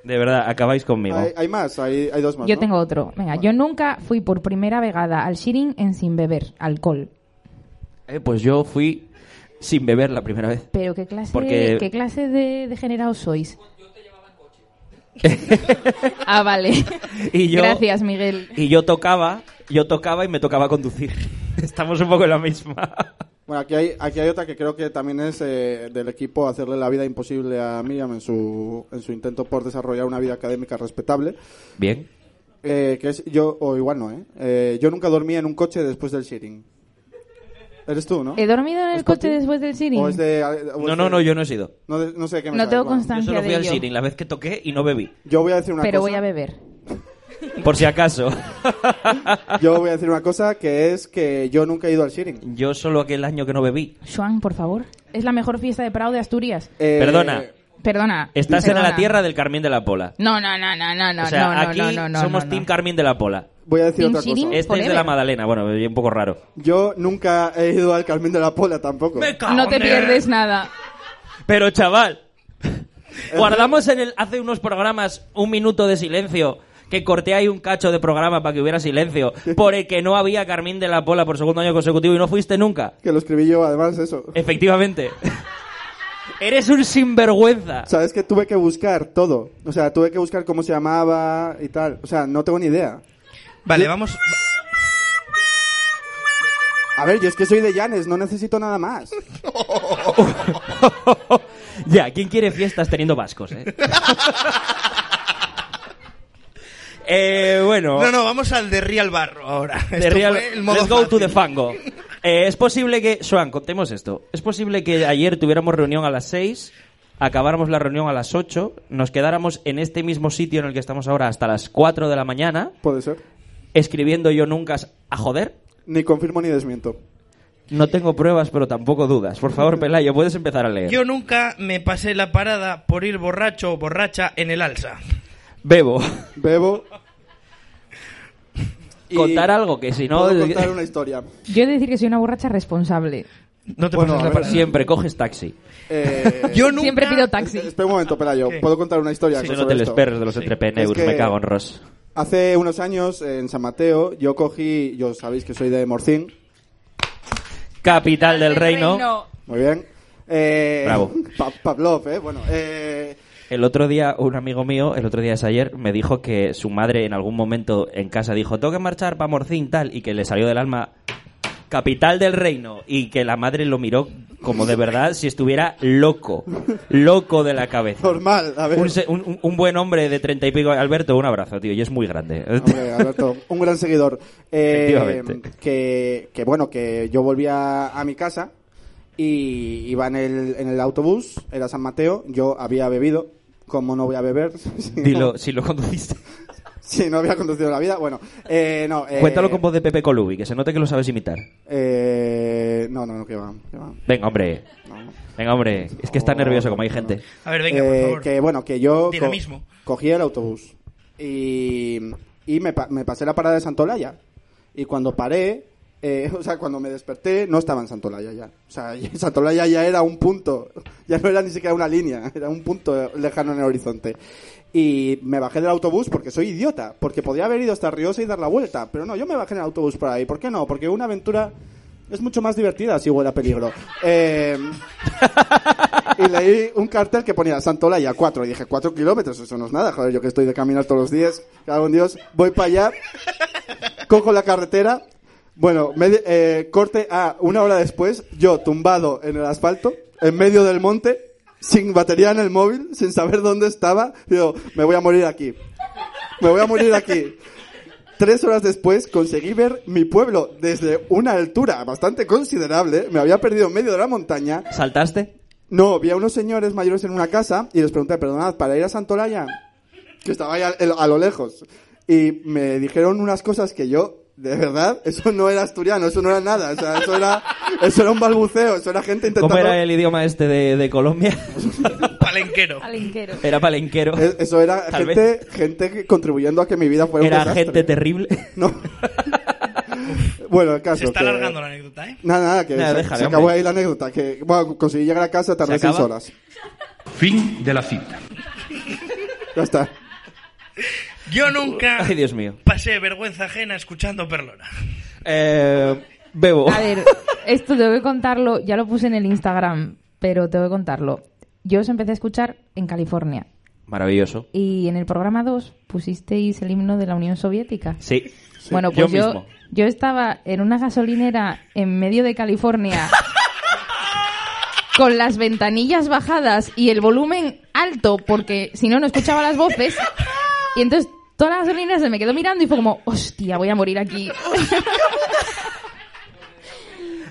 De verdad, acabáis conmigo. Hay, hay más, hay, hay dos más. Yo ¿no? tengo otro. Venga, yo nunca fui por primera vegada al Shirin en sin beber alcohol. Eh, pues yo fui sin beber la primera vez. Pero qué clase, Porque- ¿qué clase de degenerados sois. ah, vale. Y yo- Gracias, Miguel. Y yo tocaba, yo tocaba y me tocaba conducir. Estamos un poco en la misma. Bueno, aquí hay, aquí hay otra que creo que también es eh, del equipo hacerle la vida imposible a Miriam en su, en su intento por desarrollar una vida académica respetable. Bien. Eh, que es yo, o igual no, ¿eh? Eh, Yo nunca dormía en un coche después del shitting. Eres tú, ¿no? ¿He dormido en el ¿Es coche contigo? después del Shirin? ¿O es de- ah, o es No, de- no, no, yo no he sido. No, de- no sé de qué me No sale, tengo Yo bueno. constancia solo fui de al ello. sitting la vez que toqué y no bebí. Yo voy a decir una Pero cosa. voy a beber. Por si acaso. Yo voy a decir una cosa que es que yo nunca he ido al shitting. Yo solo aquel año que no bebí. Juan, por favor. Es la mejor fiesta de Prado de Asturias. Eh, Perdona. Perdona. Estás en la perdona. tierra del Carmín de la Pola. No, no, no, no, no, no, o sea, no, no, aquí no, no, no, somos no, Team no. Carmín de la Pola. Voy a decir Team otra shitting. cosa. Este es de Forever. la Magdalena, bueno, un poco raro. Yo nunca he ido al Carmen de la Pola tampoco. No te pierdes nada. Pero chaval, guardamos en el hace unos programas un minuto de silencio que corté ahí un cacho de programa para que hubiera silencio por el que no había Carmín de la Pola por segundo año consecutivo y no fuiste nunca. Que lo escribí yo, además, eso. Efectivamente. Eres un sinvergüenza. O sea, es que tuve que buscar todo. O sea, tuve que buscar cómo se llamaba y tal. O sea, no tengo ni idea. Vale, vamos. A ver, yo es que soy de Llanes, no necesito nada más. ya, ¿quién quiere fiestas teniendo vascos, eh? Eh, bueno. No, no, vamos al de Real Barro ahora. The Esto real- fue el modo let's go to fácil. the fango. Eh, es posible que, Joan, contemos esto. Es posible que ayer tuviéramos reunión a las 6, acabáramos la reunión a las 8, nos quedáramos en este mismo sitio en el que estamos ahora hasta las 4 de la mañana, Puede ser. escribiendo yo nunca a joder. Ni confirmo ni desmiento. No tengo pruebas, pero tampoco dudas. Por favor, Pelayo, puedes empezar a leer. Yo nunca me pasé la parada por ir borracho o borracha en el alza. Bebo. Bebo. y contar algo que si no puedo contar una historia. Yo he de decir que soy una borracha responsable. No te pasas Bueno, a la ver. palabra. siempre coges taxi. Eh, Yo nunca... Siempre pido taxi. es- Espera un momento, Pelayo. ¿Qué? ¿Puedo contar una historia? Yo no te sobre les esto? perros de los Sí. entrepreneurs, Es que- me cago en Ross. Hace unos años, en San Mateo, yo cogí... Yo sabéis que soy de Morcín. Capital del reino. Muy bien. Eh, Bravo. Pa- Pavlov, ¿eh? Bueno, eh, El otro día, un amigo mío, el otro día es ayer, me dijo que su madre en algún momento en casa dijo, tengo que marchar para Morcín, tal, y que le salió del alma, capital del reino, y que la madre lo miró como de verdad si estuviera loco, loco de la cabeza. normal. A ver. Un, se- un- un buen hombre de treinta y pico, Alberto, un abrazo, tío, y es muy grande. ¿eh? Hombre, Alberto, un gran seguidor. Eh, Efectivamente. que, que bueno, que yo volví a, a mi casa y iba en el, en el autobús, era San Mateo, yo había bebido, como no voy a beber, si, no- Dilo, si lo conduciste. si no había conducido la vida, bueno, eh, no. eh, Cuéntalo con voz de Pepe Colubi, que se note que lo sabes imitar. eh, no, no, no, que va, que va. Venga, hombre. no. Venga, hombre. Es que está No, nervioso como hay no. gente. A ver, venga, Eh, por favor. Que bueno, que yo co- Dinamismo. cogí el autobús y, y me, pa- me pasé la parada de Santolaya. Y cuando paré, eh, o sea, cuando me desperté, no estaba en Santolaya ya. O sea, y Santolaya ya era un punto, ya no era ni siquiera una línea, era un punto lejano en el horizonte. Y me bajé del autobús porque soy idiota, porque podía haber ido hasta Riosa y dar la vuelta, pero no, yo me bajé en el autobús por ahí. ¿Por qué no? Porque una aventura es mucho más divertida si huele a peligro. Eh, y leí un cartel que ponía Santolaya 4 y dije, 4 kilómetros, eso no es nada, joder, yo que estoy de caminar todos los días, cago en Dios, voy para allá, cojo la carretera, bueno, medi- eh, corte a una hora después, yo tumbado en el asfalto, en medio del monte, sin batería en el móvil, sin saber dónde estaba, digo, me voy a morir aquí, me voy a morir aquí. Tres horas después conseguí ver mi pueblo desde una altura bastante considerable, me había perdido en medio de la montaña, ¿Saltaste? no, vi a unos señores mayores en una casa y les pregunté, perdonad, ¿para ir a Santolaya? Que estaba ahí a, el- a lo lejos. Y me dijeron unas cosas que yo, de verdad, eso no era asturiano, eso no era nada. O sea, eso era, eso era un balbuceo, eso era gente intentando... ¿Cómo era el idioma este de, de Colombia? Palenquero. Alenquero. Era palenquero. E- Eso era Tal vez. gente, gente que- contribuyendo a que mi vida fuera un Era desastre. gente terrible. No. bueno, el caso... Se está que- alargando la anécdota, ¿eh? Nada, nada, que Nada, se, déjale, se acabó hombre. ahí la anécdota. Que, bueno, conseguí llegar a casa tardé ¿Se seis acaba? horas. Fin de la cita. Ya está. Yo nunca Ay, Dios mío. pasé vergüenza ajena escuchando Perlona. Eh, bebo. A ver, esto tengo que contarlo, ya lo puse en el Instagram, pero tengo que contarlo. Yo os empecé a escuchar en California Maravilloso. y en el programa 2 pusisteis el himno de la Unión Soviética. Sí. Bueno, pues yo, yo, mismo. yo estaba en una gasolinera en medio de California con las ventanillas bajadas y el volumen alto porque si no, no escuchaba las voces. Y entonces toda la gasolinera se me quedó mirando y fue como, hostia, voy a morir aquí.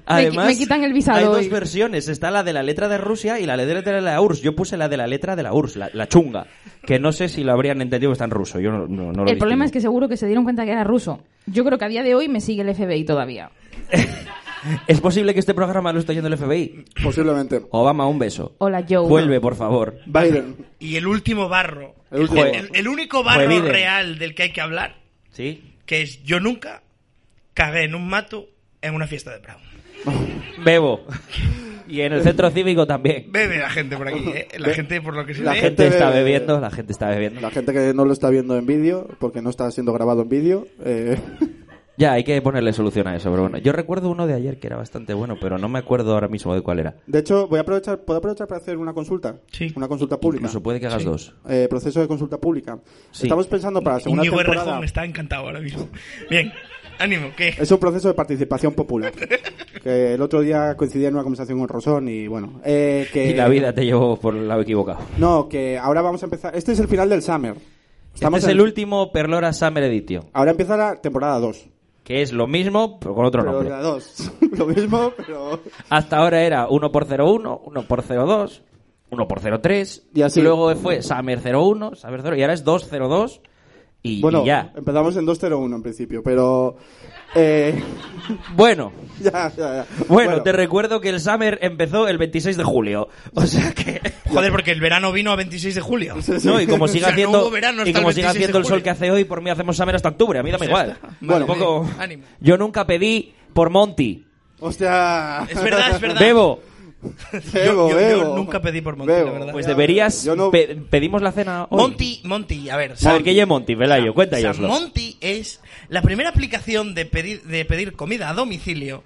Además, me quitan el visado Hay hoy. dos versiones. Está la de la letra de Rusia y la letra de la URSS. Yo puse la de la letra de la URSS, la, la chunga. Que no sé si lo habrían entendido, está en ruso. Yo no, no- no lo el problema es distingo. que seguro que se dieron cuenta que era ruso. Yo creo que a día de hoy me sigue el FBI todavía. ¿Es posible que este programa lo esté yendo el FBI? Posiblemente. Obama, un beso. Hola, Joe. Vuelve, por favor. Biden. Y el último barro. El último el- barro. el- el único barro Fue Biden. real del que hay que hablar, ¿Sí? que es yo nunca cagué en un mato en una fiesta de Brown. Bebo. Y en el centro cívico también. Bebe la gente por aquí, ¿eh? La Be- gente, por lo que se La ve, La gente bebe. está bebiendo, la gente está bebiendo. La gente que no lo está viendo en vídeo, porque no está siendo grabado en vídeo, eh, Ya, hay que ponerle solución a eso, pero bueno. Yo recuerdo uno de ayer que era bastante bueno, pero no me acuerdo ahora mismo de cuál era. De hecho, voy a aprovechar, ¿puedo aprovechar para hacer una consulta? Sí. Una consulta pública. Incluso puede que hagas dos. Eh, proceso de consulta pública. Sí. Estamos pensando para la segunda Íñigo temporada. Errejón está encantado ahora mismo. Bien, ánimo, que Es un proceso de participación popular. que el otro día coincidí en una conversación con Rosón y bueno. eh, que, Y la vida te llevó por el lado equivocado. No, que ahora vamos a empezar. Este es el final del Summer. Este es en- el último Perlora Summer Edition, Ahora empieza la temporada 2. que es lo mismo, pero con otro Pero nombre. la 2. Lo mismo, pero. Hasta ahora era 1x01, 1x02, 1x03, Y así. luego fue Summer 01, Summer 0, y ahora es 202 y, Bueno, em, y ya. empezamos en 201 en principio, pero. eh, Bueno, ya, ya, ya. bueno, te recuerdo que el Summer empezó el 26 de julio. O sea que... Joder, porque el verano vino a 26 de julio. No, y como siga O sea, no haciendo, hubo verano y hasta como el siga 26 de haciendo el sol julio. que hace hoy, por mí hacemos Summer hasta octubre. A mí dame Pues ya igual. está. Bueno. Vale, Tampoco- bien. Ánimo. Yo nunca pedí por Monty. Hostia. Es verdad, es verdad. Bebo. Yo- yo- Bebo, yo bebo. nunca pedí por Monty, la Bebo. verdad. Pues deberías. Yo no- pe- pedimos la cena hoy. Monty, Monty, a ver. A Sam- ver, ¿qué es Monty? Velayo, O sea, cuéntanoslo. Monty es la primera aplicación de pedir, de pedir comida a domicilio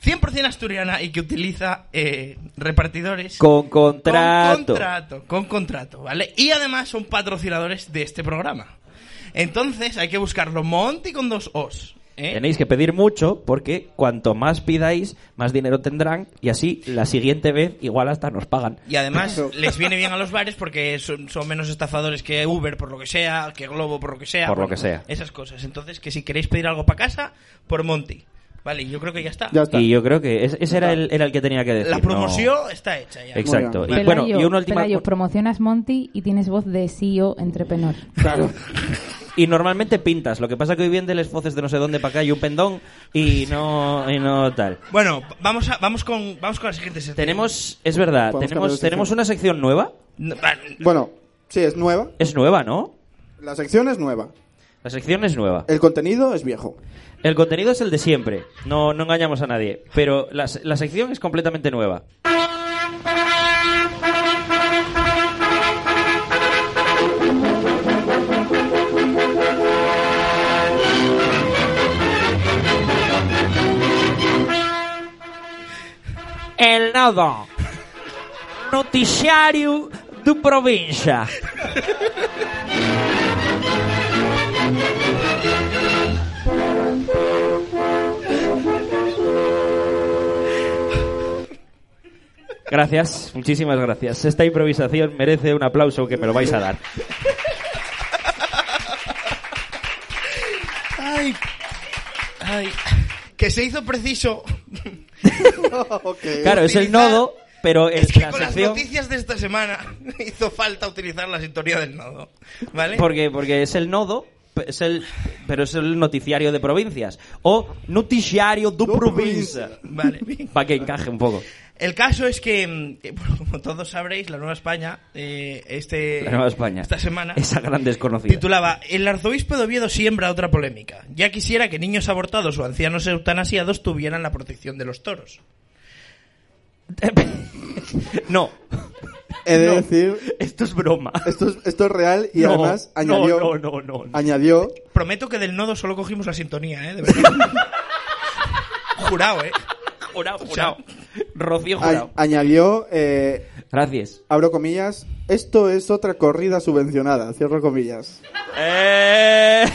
100% asturiana y que utiliza eh, repartidores Con contrato. con contrato, con contrato, ¿vale? Y además son patrocinadores de este programa. Entonces hay que buscarlo Monty con dos O's. ¿eh? Tenéis que pedir mucho porque cuanto más pidáis, más dinero tendrán y así la siguiente vez igual hasta nos pagan. Y además les viene bien a los bares porque son, son menos estafadores que Uber por lo que sea, que Globo por lo que sea. Por lo que sea. Esas cosas. Entonces, que si queréis pedir algo para casa, por Monty. Vale, yo creo que ya está. Ya está. Y yo creo que es- ese era el, era el que tenía que decir. La ¿no? promoción está hecha ya. Exacto. Muy Y, Pelayo, bueno, y una última. Pelayo, promocionas Monty y tienes voz de E CEO entrepreneur. Claro. Y normalmente pintas. Lo que pasa que hoy vienen de les foces de no sé dónde para acá y un pendón y no, y no tal. Bueno, vamos, a, vamos, con, vamos con la siguiente sección. Tenemos, es verdad, Podemos cambiar de tenemos, tenemos sección. una sección nueva. No, va, Bueno, sí, es nueva. Es nueva, ¿no? La sección es nueva. La sección es nueva. El contenido es viejo. El contenido es el de siempre. No, no engañamos a nadie. Pero la, se- la sección es completamente nueva. El nodo. Noticiario de provincia. Gracias, muchísimas gracias. Esta improvisación merece un aplauso que me lo vais a dar. Ay, ay, que se hizo preciso. Ok. Claro, es el Utilizar- nodo, pero es Es que la con las sección. noticias de esta semana hizo falta utilizar la sintonía del nodo. ¿Vale? Porque, porque es el nodo, pe- es el, pero es el noticiario de provincias. O noticiario de Du provincia. Vale, bien. Para que encaje un poco. El caso es que, mm, que, bueno, como todos sabréis, la Nueva España, eh, este, La Nueva España. esta semana, Esa gran desconocida. titulaba El arzobispo de Oviedo siembra otra polémica. Ya quisiera que niños abortados o ancianos eutanasiados tuvieran la protección de los toros. No, He de No. decir, esto es broma. esto es, esto es real y No, además no, añadió, no, no, no, no. añadió Prometo que del nodo solo cogimos la sintonía, ¿eh? De verdad. Jurado, ¿eh? Jurado, jurado. Rocío a- jurado. añadió, eh, Gracias. abro comillas, esto es otra corrida subvencionada, cierro comillas. Eh,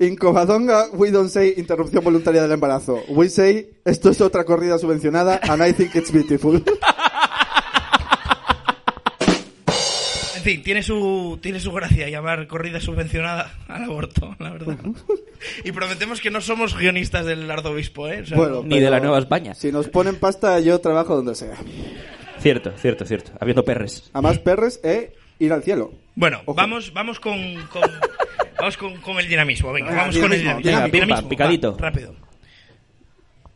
Incobadonga, we don't say interrupción voluntaria del embarazo. We say, esto es otra corrida subvencionada and I think it's beautiful. En fin, tiene su, tiene su gracia llamar corrida subvencionada al aborto, la verdad. Y prometemos que no somos guionistas del arzobispo, ¿eh? O sea, Bueno, Ni de la pero Nueva España. Si nos ponen pasta, yo trabajo donde sea. Cierto, cierto, cierto. Habiendo perres. A más perres, eh, ir al cielo. Bueno, Ojo. vamos, vamos con, con- vamos con, con el dinamismo. Venga, Venga, vamos con el dinamismo, venga, dinamismo. pipa, Dinamismo, picadito. va, rápido.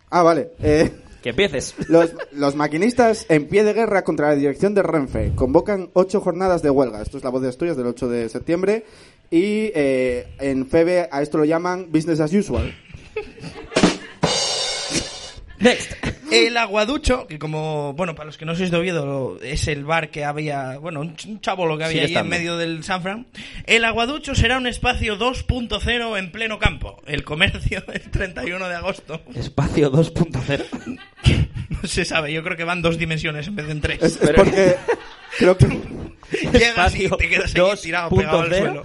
Ah, vale. Eh, Que empieces. Los, los maquinistas en pie de guerra contra la dirección de Renfe convocan ocho jornadas de huelga. Esto es la voz de Asturias del 8 de septiembre. Y eh, en FEBE a esto lo llaman business as usual. Next. El aguaducho, que como, bueno, para los que no sois de Oviedo, es el bar que había, bueno, un ch- un chabolo que había Sigue ahí en estando. medio del Sanfran. El aguaducho será un espacio 2.0 en pleno campo. El comercio del 31 de agosto. Espacio 2.0. No se sabe, yo creo que van dos dimensiones en vez de en tres. Es, es porque creo que Llegas y Espacio te quedas ahí tirado, pegado al 2.0. suelo.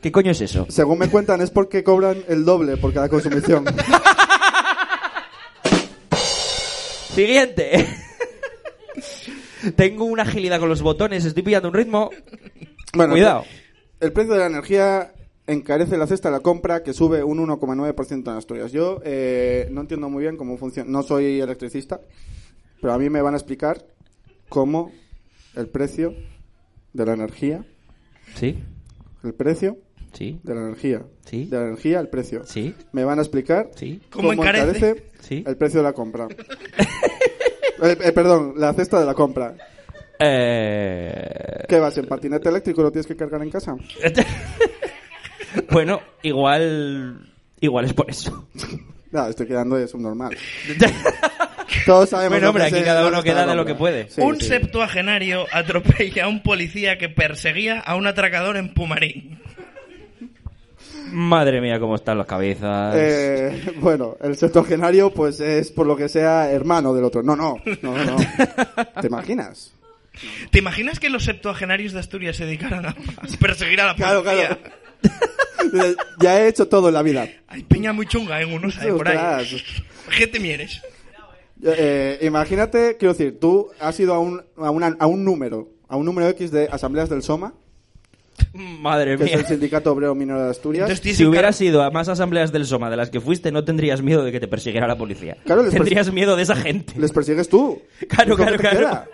¿Qué coño es eso? según me cuentan es porque cobran el doble por cada consumición. Siguiente. Tengo una agilidad con los botones, estoy pillando un ritmo. Bueno, Cuidado. El precio de la energía encarece la cesta de la compra que sube un 1,9% en Asturias. Yo eh, no entiendo muy bien cómo funciona. No soy electricista, pero a mí me van a explicar cómo el precio de la energía, ¿Sí? el precio ¿Sí? de la energía, Sí. de la energía al precio. ¿Sí? Me van a explicar ¿Sí? ¿Cómo encarece? Sí. el precio de la compra. Eh, eh, perdón, la cesta de la compra. Eh... ¿Qué vas en patinete eléctrico? ¿Lo tienes que cargar en casa? bueno, igual... Igual es por eso. No, estoy quedando de subnormal. Todos sabemos. Bueno, lo hombre, que aquí es cada la uno cesta queda de lo compra. que puede. Sí, un sí. septuagenario atropella a un policía que perseguía a un atracador en Pumarín. Madre mía, cómo están las cabezas. Eh, bueno, el septuagenario pues es por lo que sea hermano del otro. No, no, no, no. ¿Te imaginas? ¿Te imaginas que los septuagenarios de Asturias se dedicaran a perseguir a la policía? Claro, claro. ya he hecho todo en la vida. Hay peña muy chunga en unos ahí por ahí. Ostras. ¿Qué te mieres? Eh, imagínate, quiero decir, tú has ido a un, a, una- a un número, a un número X de asambleas del SOMA, Madre que es mía. el Sindicato Obrero Minero de Asturias. Entonces, tienes Si un hubieras ido a más asambleas del Soma de las que fuiste, no tendrías miedo de que te persiguiera la policía. Claro, les tendrías miedo de esa gente. Les persigues tú. Claro, Es lo que claro, te claro. queda.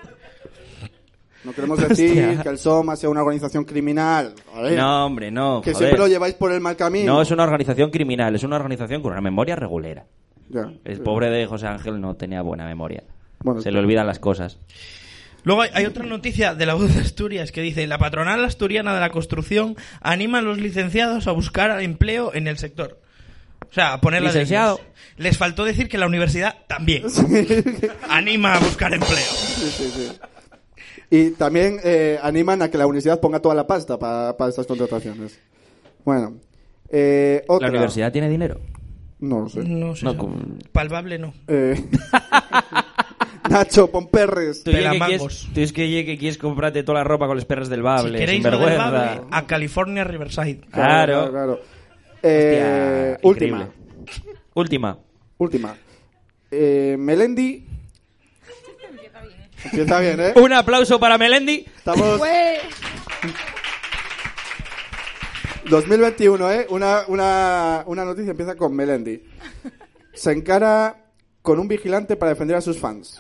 No queremos decir Hostia. que el SOMA sea una organización criminal. a ver, No, hombre, no. que joder. siempre lo lleváis por el mal camino. No es una organización criminal, es una organización con una memoria regulera. Ya. El pobre de José Ángel no tenía buena memoria. Bueno, Se le olvidan las cosas. Luego hay, hay otra noticia de la voz de Asturias que dice, la patronal asturiana de la construcción anima a los licenciados a buscar empleo en el sector. O sea, a poner las Licenciado. leyes. Les faltó decir que la universidad también anima a buscar empleo. Sí, sí, sí. Y también eh, animan a que la universidad ponga toda la pasta para estas contrataciones. Bueno, eh, otra. ¿La universidad tiene dinero? No lo sé. No sé. No, eso. con- Palpable no. Eh, Nacho Pomperres. Tú y que Pelamangos. quieres, tú es que ye que quieres comprarte toda la ropa con los perros del bable, si queréis lo del sinvergüenza. Bable, a California Riverside. Claro. claro. Eh, Hostia, última. increíble. Última. Última. Eh, Melendi. Empieza bien, ¿eh? Un aplauso para Melendi. Estamos 2021, ¿eh? Una, una, una noticia empieza con Melendi. Se encara con un vigilante para defender a sus fans.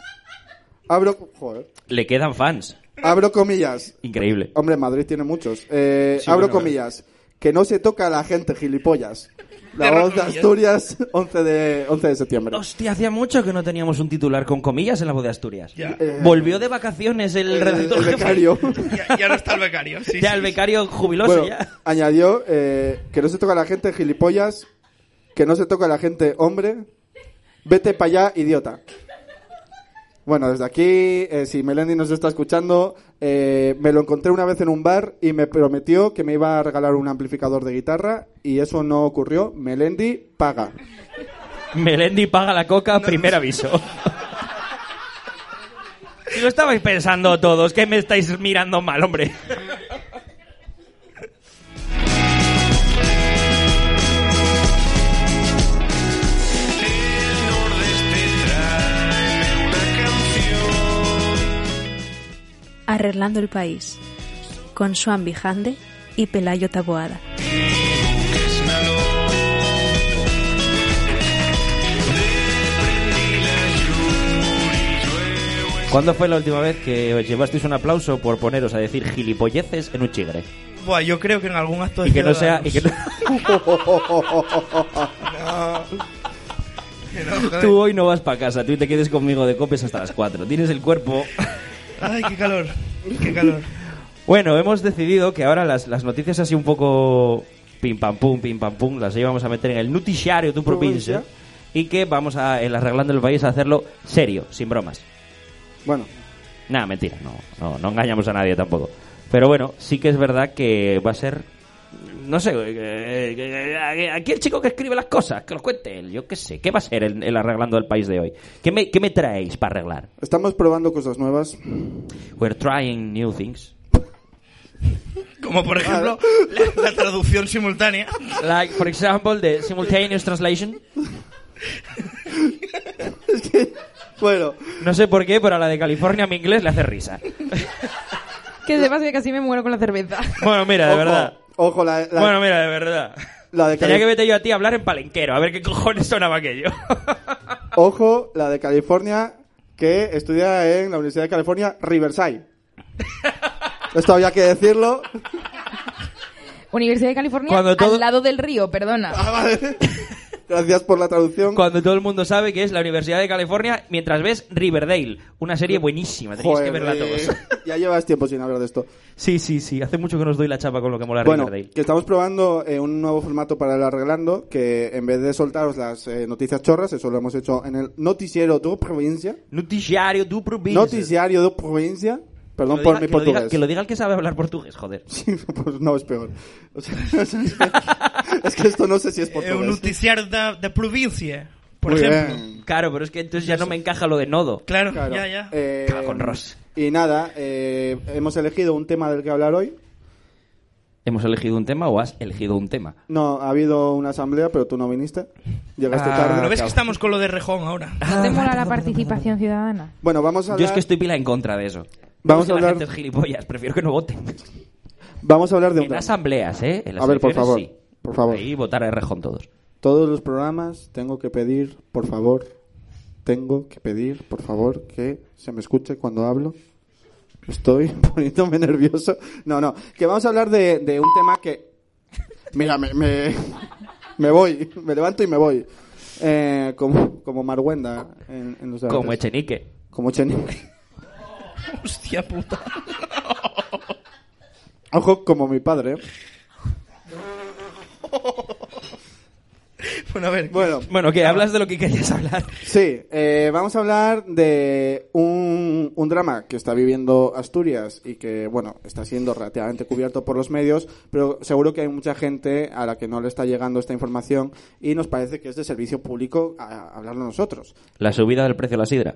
Abro, joder. Le quedan fans. abro comillas. Increíble. Hombre, Madrid tiene muchos. Eh, Sí, abro bueno, comillas. Que no se toca a la gente, gilipollas. La Cierro voz de comillas. Asturias, 11 de, 11 de septiembre. Hostia, hacía mucho que no teníamos un titular con comillas en la voz de Asturias. Ya. Volvió de vacaciones el, Eh, El- redactor el jefe. becario. Ya, ya no está el becario. Sí, Ya, sí, el sí. becario jubiloso Bueno, ya. añadió eh, que no se toca a la gente gilipollas, que no se toca a la gente hombre, vete para allá, idiota. Bueno, desde aquí, eh, si Melendi nos está escuchando, eh, me lo encontré una vez en un bar y me prometió que me iba a regalar un amplificador de guitarra y eso no ocurrió. Melendi paga. Melendi paga la coca, primer aviso. Si lo estabais pensando todos, que me estáis mirando mal, hombre. Arreglando el país, con Swan Bijande y Pelayo Taboada. ¿Cuándo fue la última vez que os llevasteis un aplauso por poneros a decir gilipolleces en un chigre? Buah, yo creo que en algún acto este Y que de no sea... Y Ciudadanos. que no- Que no, joder. Tú hoy no vas para casa, tú te quedes conmigo de copes hasta las 4. Tienes el cuerpo... Ay, qué calor. Qué calor. Bueno, hemos decidido que ahora las, las noticias así un poco pim pam pum, pim pam pum, las íbamos a meter en el noticiario de tu provincia y que vamos a, en Arreglando el País, a hacerlo serio, sin bromas. Bueno, Nada, mentira, no, no, no engañamos a nadie tampoco. Pero bueno, sí que es verdad que va a ser... No sé, eh, eh, eh, aquí el chico que escribe las cosas, que los cuente él, yo qué sé. ¿Qué va a ser el, el Arreglando el País de hoy? ¿Qué me, qué me traéis para arreglar? estamos probando cosas nuevas. We're trying new things. Como por ejemplo la, la traducción simultánea. Like, for example, the simultaneous translation. Bueno, No sé por qué, pero a la de California mi inglés le hace risa. Que sepas que casi me muero con la cerveza. Bueno, mira, de ojo, verdad. ojo, la, la- Bueno, mira, de verdad. La de Tenía Cali- que verte yo a ti a hablar en palenquero, a ver qué cojones sonaba aquello. ojo, la de California que estudia en la Universidad de California, Riverside. Esto había que decirlo. Universidad de California Cuando todo- al lado del río, perdona. Ah, vale. Gracias por la traducción. Cuando todo el mundo sabe que es la Universidad de California, mientras ves Riverdale, una serie buenísima, tenéis que Joder, verla eh, todos. ya llevas tiempo sin hablar de esto. Sí, sí, sí, hace mucho que nos doy la chapa con lo que mola Bueno, Riverdale. que estamos probando eh, un nuevo formato para el arreglando, que en vez de soltaros las eh, noticias chorras, eso lo hemos hecho en el noticiero de provincia. Noticiario du provincia. Noticiario de provincia. Que Perdón lo por diga- mi que lo diga- portugués. que lo diga el que sabe hablar portugués, joder. Sí, pues no, es peor. O sea, es, que, es que esto no sé Eh, si es É portugués. eh, un noticiario da, da provincia, por Muy ejemplo. bien. Claro, pero es que entonces ya no me encaja lo de nodo. Claro, Claro. ya, ya. Eh, Cago en Ross. Y nada, eh, hemos elegido un tema del que hablar hoy. ¿Hemos elegido un tema o has elegido un tema? No, ha habido una asamblea, pero tú no viniste. Llegaste Ah, tarde. ¿No cabrón. ves que estamos con lo de Rejón ahora? ¿No te mola la participación ciudadana? Bueno, vamos a Yo hablar, es que estoy pila en contra de eso. Vamos Porque a la hablar- gente es gilipollas, prefiero que no voten. vamos a hablar de un En tema. asambleas, ¿eh? En las A ver, por elecciones, favor, sí. por favor. Ahí votar a rejón todos. Todos los programas tengo que pedir, por favor, tengo que pedir, por favor, que se me escuche cuando hablo. Estoy poniéndome nervioso. No, no, que vamos a hablar de, de un tema que... Mira, me, me, me voy, me levanto y me voy. Eh, como, como Marguenda en, en los Como debates. Echenique. Como Cheni. Hostia puta. Ojo, como mi padre. Bueno, a ver. Bueno, Bueno, que hablas de lo que querías hablar. Sí, eh, vamos a hablar de un, un drama que está viviendo Asturias y que, bueno, está siendo relativamente cubierto por los medios, pero seguro que hay mucha gente a la que no le está llegando esta información y nos parece que es de servicio público a- hablarlo nosotros. La subida del precio de la sidra.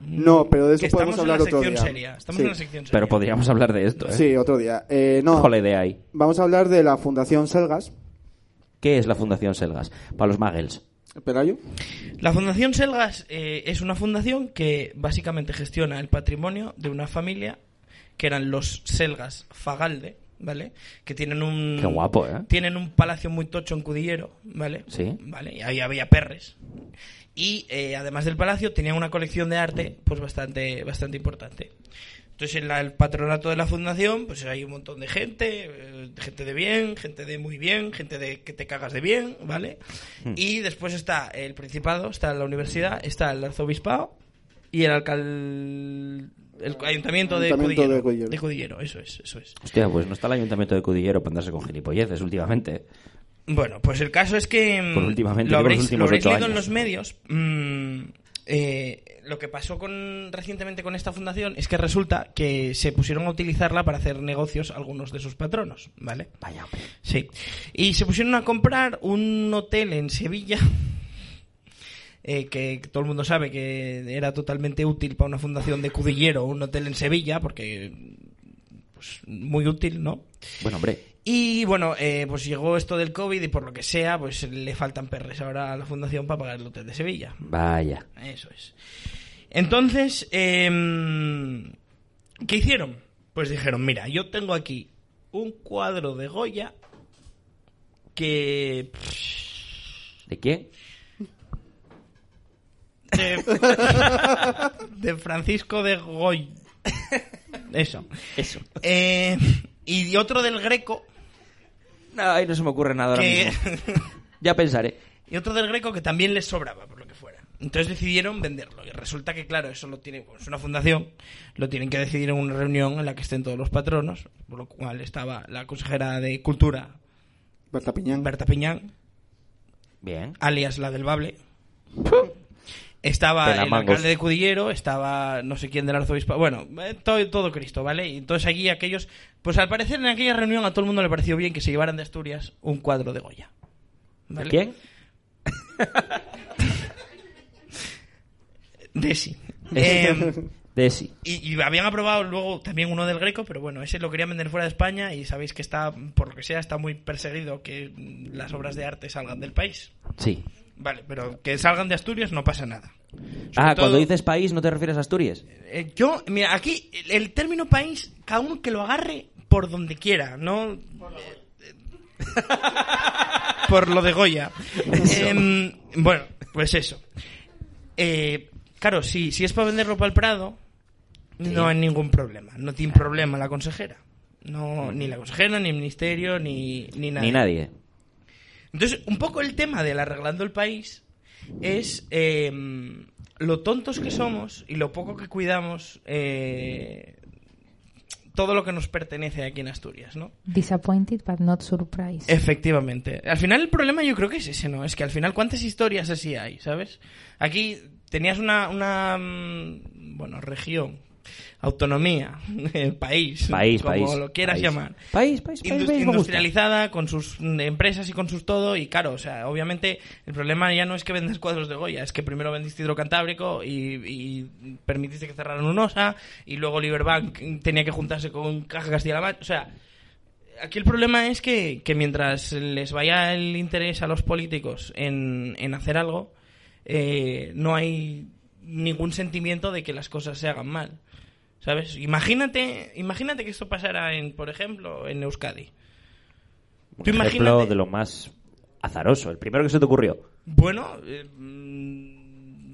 No, pero de Mm, que eso estamos podemos en la hablar otro sección día. seria. Estamos sí, en la sección seria. Pero podríamos hablar de esto, ¿eh? sí, otro día. Eh, no, Ojo la idea ahí. vamos a hablar de la Fundación Selgas. ¿Qué es la Fundación Selgas? Para los muggles. ¿Pelayo? La Fundación Selgas eh, es una fundación que básicamente gestiona el patrimonio de una familia que eran los Selgas Fagalde, ¿vale? Que tienen un Qué guapo, ¿eh? tienen un palacio muy tocho en Cudillero, ¿vale? Sí. Vale, y ahí había perres. Y eh, además del palacio tenían una colección de arte pues bastante bastante importante. Entonces en la- el patronato de la fundación pues hay un montón de gente, eh, gente de bien, gente de muy bien, gente de que te cagas de bien, ¿vale? Y después está el Principado, está la universidad, está el arzobispado y el alcalde... El ayuntamiento, de, Ayuntamiento Cudillero, de Cudillero. De Cudillero, eso es, eso es. Hostia, pues no está el ayuntamiento de Cudillero para andarse con gilipolleces últimamente. Bueno, pues el caso es que mm, Por últimamente, digo, lo los habréis, últimos lo habréis ocho leído en años. los medios. mm, eh, lo que pasó con recientemente con esta fundación es que resulta que se pusieron a utilizarla para hacer negocios algunos de sus patronos, ¿vale? Vaya, hombre. Sí. Y se pusieron a comprar un hotel en Sevilla. eh, que todo el mundo sabe que era totalmente útil para una fundación de Cudillero, un hotel en Sevilla, porque pues muy útil, ¿no? Bueno, hombre. Y bueno, eh, pues llegó esto del COVID y por lo que sea, pues le faltan perres ahora a la fundación para pagar el hotel de Sevilla. Vaya. Eso es. Entonces, em, ¿qué hicieron? Pues dijeron, mira, yo tengo aquí un cuadro de Goya que... ¿De quién? de, de Francisco de Goya. Eso. Eso. Eh, y otro del Greco, No, ahí no se me ocurre nada ahora que... mismo. Ya pensaré. y otro del Greco que también les sobraba, por lo que fuera. Entonces decidieron venderlo. Y resulta que, claro, eso lo tiene, pues, una fundación, lo tienen que decidir en una reunión en la que estén todos los patronos, por lo cual estaba la consejera de Cultura, Berta Piñán. Berta Piñán, Bien. alias la del Bable. Estaba De la el Mangos. alcalde de Cudillero, estaba no sé quién del arzobispo. Bueno, eh, todo, todo Cristo, ¿vale? Y entonces allí aquellos. Pues al parecer en aquella reunión a todo el mundo le pareció bien que se llevaran de Asturias un cuadro de Goya. ¿De ¿Vale? quién? Desi. Eh, Em, De sí. Y, y habían aprobado luego también uno del Greco, pero bueno, ese lo querían vender fuera de España y sabéis que está, por lo que sea, está muy perseguido que mm, las obras de arte salgan del país. Sí. Vale, pero que salgan de Asturias no pasa nada. Ah, Sobre todo- cuando dices país no te refieres a Asturias. Eh, yo, mira, aquí el, el término país, cada uno que lo agarre por donde quiera, ¿no? Eh, Por lo de Goya. Em, bueno, pues eso. Eh, claro, si, si es para venderlo para el Prado, No hay ningún problema. No tiene problema la consejera. No, ni la consejera, ni el ministerio, ni, ni nadie. Ni nadie. Entonces, un poco el tema del arreglando el país es eh, lo tontos que somos y lo poco que cuidamos eh, todo lo que nos pertenece aquí en Asturias, ¿no? Disappointed but not surprised. Efectivamente. Al final el problema yo creo que es ese, ¿no? Es que al final cuántas historias así hay, ¿sabes? Aquí tenías una, una mm, bueno, región, autonomía, eh, país, País, como país, lo quieras país. llamar. País, país, país, Indus- país, me gusta. industrializada, con sus mm, empresas y con sus todo, y claro, o sea, obviamente el problema ya no es que vendes cuadros de Goya, es que primero vendiste Hidrocantábrico y, y permitiste que cerraran Unosa, y luego Liberbank tenía que juntarse con Caja Castilla-La Mancha, o sea, Aquí el problema es que, que mientras les vaya el interés a los políticos en, en hacer algo, eh, no hay ningún sentimiento de que las cosas se hagan mal. ¿Sabes? Imagínate, imagínate que esto pasara en, por ejemplo, en Euskadi. Un Tú ejemplo imagínate. de lo más azaroso, el primero que se te ocurrió. Bueno, eh, mm,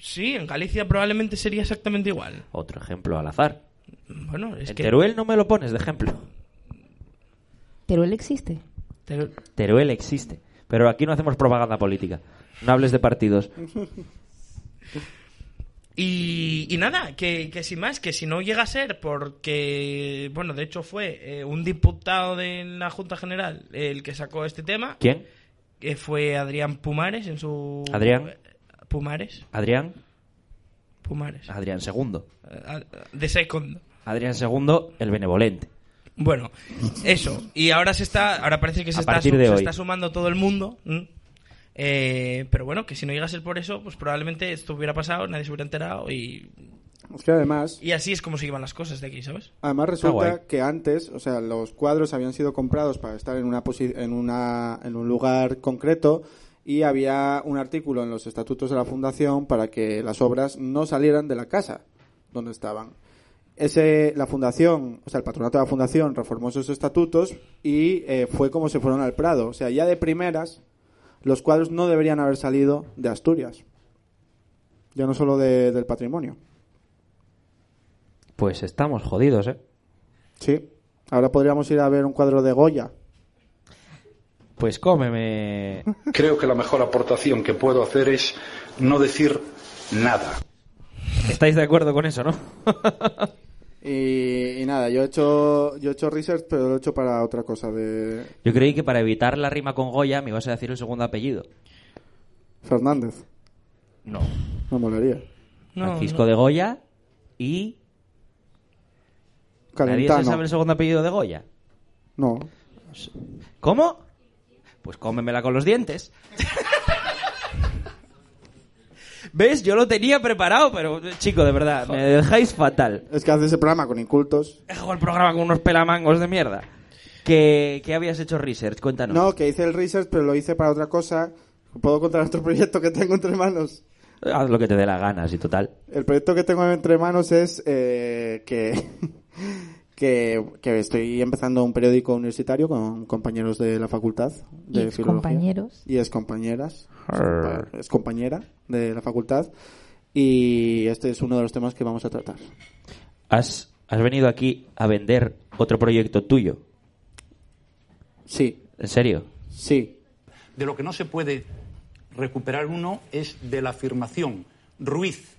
sí, en Galicia probablemente sería exactamente igual. Otro ejemplo al azar. Bueno, es en que Teruel no me lo pones de ejemplo. Pero él existe. Teruel- Teruel existe, pero aquí no hacemos propaganda política. No hables de partidos. Y, y nada, que, que sin más, que si no llega a ser porque, bueno, de hecho fue eh, un diputado de la Junta General el que sacó este tema, ¿Quién? que fue Adrián Pumares en su... Adrián. Pumares, Adrián. Pumares, Adrián II. Ah, ah, de Secondo. Adrián II, el benevolente. Bueno, eso. Y ahora se está, ahora parece que se, A está, partir su- de se hoy. está sumando todo el mundo. ¿m? Eh, pero bueno, que si no llega a ser por eso, pues probablemente esto hubiera pasado, nadie se hubiera enterado y, Es que además, y así es como se llevan las cosas de aquí, ¿sabes? además guay. resulta que antes, o sea, los cuadros habían sido comprados para estar en una posi- en una en un lugar concreto y había un artículo en los estatutos de la fundación para que las obras no salieran de la casa donde estaban. Ese, la fundación, o sea, el patronato de la fundación reformó esos estatutos y eh, fue como se fueron al Prado. O sea, ya de primeras, los cuadros no deberían haber salido de Asturias. Ya no solo de- del patrimonio. Pues estamos jodidos, ¿eh? Sí. Ahora podríamos ir a ver un cuadro de Goya. Pues cómeme. Creo que la mejor aportación que puedo hacer es no decir nada. ¿Estáis de acuerdo con eso, no? Y, y nada, yo he hecho yo he hecho research, pero lo he hecho para otra cosa de Yo creí que para evitar la rima con Goya me ibas a decir el segundo apellido. Fernández. No. Me molaría. No, Francisco de Goya y... ¿Nadie se sabe Calentano. el segundo apellido de Goya? No. ¿Cómo? Pues cómemela con los dientes. ¿Ves? Yo lo tenía preparado, pero chico, de verdad, me dejáis fatal. Es que hace ese programa con incultos. Dejo el programa con unos pelamangos de mierda. ¿Qué, qué habías hecho research? Cuéntanos. No, que hice el research, pero lo hice para otra cosa. Puedo contar otro proyecto que tengo entre manos. Haz lo que te dé la gana, sí, total. El proyecto que tengo entre manos es eh, que, que, que estoy empezando un periódico universitario con compañeros de la facultad de Y filología. excompañeros. Y es compañeras. Arr. Ah, Es compañera de la facultad. Y este es uno de los temas que vamos a tratar. Has, has venido aquí a vender otro proyecto tuyo. Sí, ¿En serio? sí. De lo que no se puede recuperar uno es de la afirmación ruiz,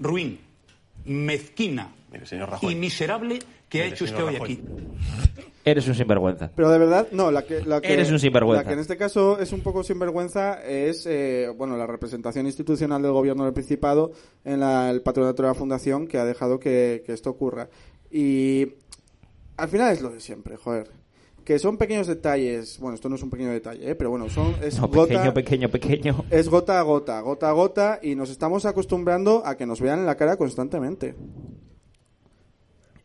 ruin, mezquina y miserable que ha hecho usted hoy aquí. Eres un sinvergüenza. Pero de verdad, no, la que, la que- Eres un sinvergüenza. La que en este caso es un poco sinvergüenza es, eh, bueno, la representación institucional del gobierno del Principado en la- el patronato de la fundación que ha dejado que, que esto ocurra. Y al final es lo de siempre, joder. Que son pequeños detalles, bueno, esto no es un pequeño detalle, ¿eh? pero bueno, son, es No, gota- pequeño, pequeño, pequeño. Es gota a gota, gota a gota, y nos estamos acostumbrando a que nos vean en la cara constantemente.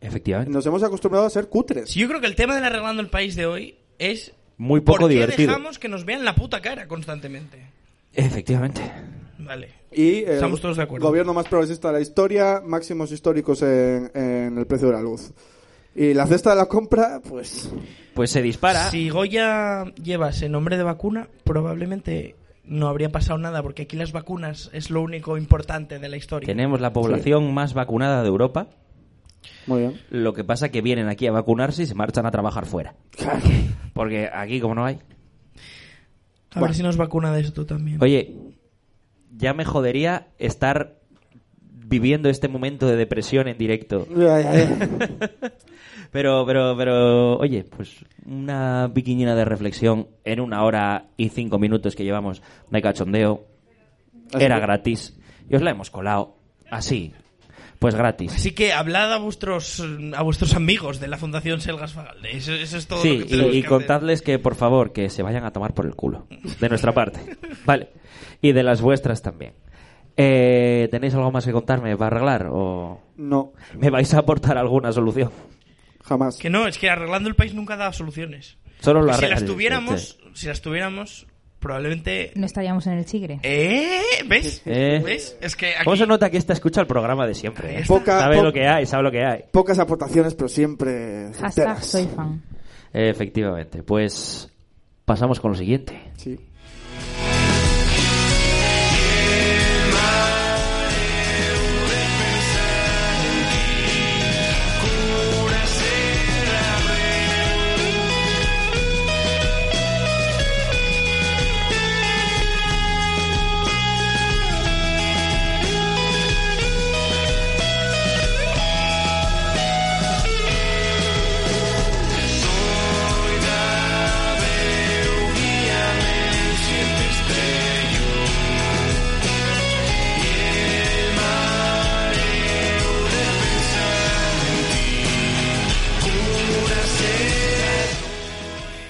Efectivamente. Nos hemos acostumbrado a ser cutres. Sí, yo creo que el tema del arreglando el país de hoy es Muy poco ¿por qué divertido. dejamos que nos vean la puta cara constantemente. Efectivamente. Vale. Y el Estamos todos de acuerdo. gobierno más progresista de la historia, máximos históricos en, en el precio de la luz. Y la cesta de la compra, pues... Pues se dispara. Si Goya llevase nombre de vacuna, probablemente no habría pasado nada, porque aquí las vacunas es lo único importante de la historia. Tenemos la población más vacunada de Europa. Muy bien. Lo que pasa que vienen aquí a vacunarse y se marchan a trabajar fuera. Porque aquí, como no hay. A ver si nos vacuna de eso tú también. Oye, ya me jodería estar viviendo este momento de depresión en directo. Pero, pero, pero, oye, pues una piquiñina de reflexión en una hora y cinco minutos que llevamos de cachondeo. Era gratis. Y os la hemos colado. Así. Pues gratis. Así que hablad a vuestros eh, a vuestros amigos de la Fundación Selgas Fagalde. Eso, eso es todo lo Sí, que y, tenemos y que hacer. contadles que por favor que se vayan a tomar por el culo de nuestra parte, vale, y de las vuestras también. Eh, ¿Tenéis algo más que contarme para arreglar o No, me vais a aportar alguna solución? jamás. Que no, es que arreglando el país nunca da soluciones. Solo lo Pues si arregla- este. las tuviéramos, Sí. si las tuviéramos, probablemente... No estaríamos en el Chigre. ¿Eh? ¿Ves? Eh. ¿Ves? Es que aquí... Este- ¿Cómo se nota que esta escucha el programa de siempre? eh? Poca- sabe po- lo que hay, sabe lo que hay. Pocas aportaciones, pero siempre. Hashtag certeras. soy fan. Efectivamente, pues pasamos con lo siguiente. Sí.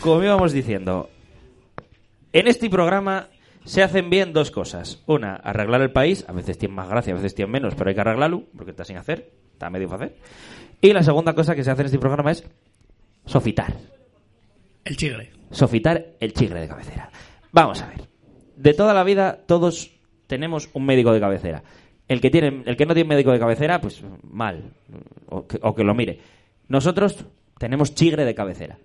Como íbamos diciendo, en este programa se hacen bien dos cosas. Una, arreglar el país, a veces tiene más gracia, a veces tiene menos, pero hay que arreglarlo, porque está sin hacer, está medio para hacer. Y la segunda cosa que se hace en este programa es sofitar. El chigre. Sofitar el chigre de cabecera. Vamos a ver. De toda la vida todos tenemos un médico de cabecera. El que, tiene, el que no tiene médico de cabecera, pues mal. O que, o que lo mire. Nosotros tenemos chigre de cabecera.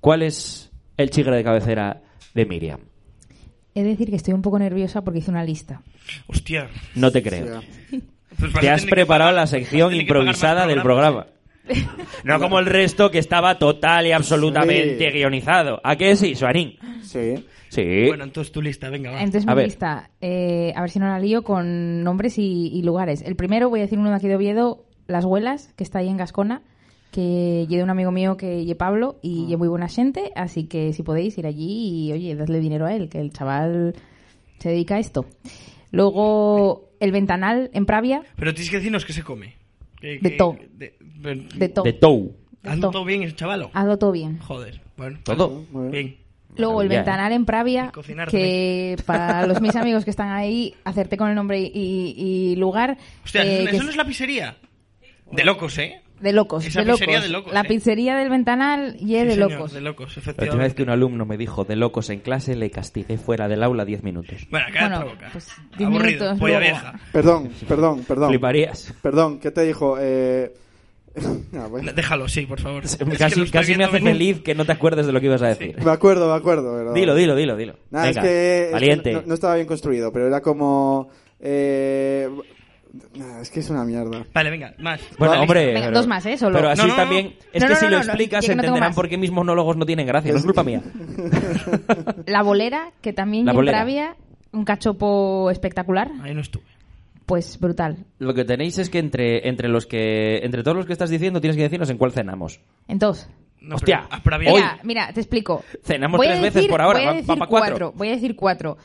¿Cuál es el chigre de cabecera de Miriam? He de decir que estoy un poco nerviosa porque hice una lista. Hostia. No te creo. Pues vas Te a has tener que preparado pagar- la vas sección a tener que pagar más ¿eh? improvisada del programa. No como el resto que estaba total y absolutamente Sí. guionizado. ¿A qué sí, Suarín? Sí. Sí. Bueno, entonces tu lista, venga, va. Entonces, Ah. A mi ver. lista, eh, a ver si no la lío con nombres y, y lugares. El primero voy a decir uno de aquí de Oviedo, Las Huelas, que está ahí en Gascona, que lle de un amigo mío que lle Pablo Ah. y lle muy buena gente, así que si podéis ir allí y, oye, dadle dinero a él, que el chaval se dedica a esto. Luego, el Ventanal en Pravia, Pero tienes que decirnos qué se come. Que- De que- todo. De, de- de todo. De Tou. de hazlo todo. todo Ah. bien, chavalo. Hazlo todo bien. Joder, bueno. Todo. Muy bien. Bien. Luego el Maravilla, ¿eh? ventanal en Pravia, Y cocinar que para los mis amigos que están ahí, acerté con el nombre y, y lugar. Hostia, eh, que ¿eso no es es la pizzería? De locos, ¿eh? de locos, esa de locos. pizzería de locos, La eh. pizzería del ventanal y es Sí, de señor, locos. De locos, La última vez efectivamente. que un alumno me dijo de locos en clase, le castigué fuera del aula 10 minutos. Bueno, acá Bueno, la boca. pues, diez Aburrido, minutos polla luego. vieja. Perdón, perdón, perdón. Fliparías. Perdón, ¿qué te dijo? Eh... ah, bueno. Déjalo, sí, por favor. Es que lo Casi, estoy casi me viendo hace venir. feliz que no te acuerdes de lo que ibas a decir. Me acuerdo, me acuerdo. pero- Dilo, dilo, dilo, dilo. Nada, Venga, es que, es que valiente. no, no estaba bien construido, pero era como... Eh... nada, es que es una mierda. Vale, venga, más. Bueno, Vale, hombre. Venga, pero- dos más, ¿eh? Solo. Pero así No, no, no. también. Es No, que no, si no, lo no, explicas, es que no tengo entenderán más. por qué mis monólogos no tienen gracia. No es culpa mía. La bolera, que también La en Bolera. Pravia, un cachopo espectacular, Ahí no estuve. pues brutal. Lo que tenéis es que entre, entre los que. Entre todos los que estás diciendo, tienes que decirnos en cuál cenamos. Entonces, No, Hostia, pero- ah, pero había- hoy. mira, mira, te explico. Cenamos Voy a tres veces decir- por ahora, voy a va- va decir pa' cuatro. Voy a decir cuatro.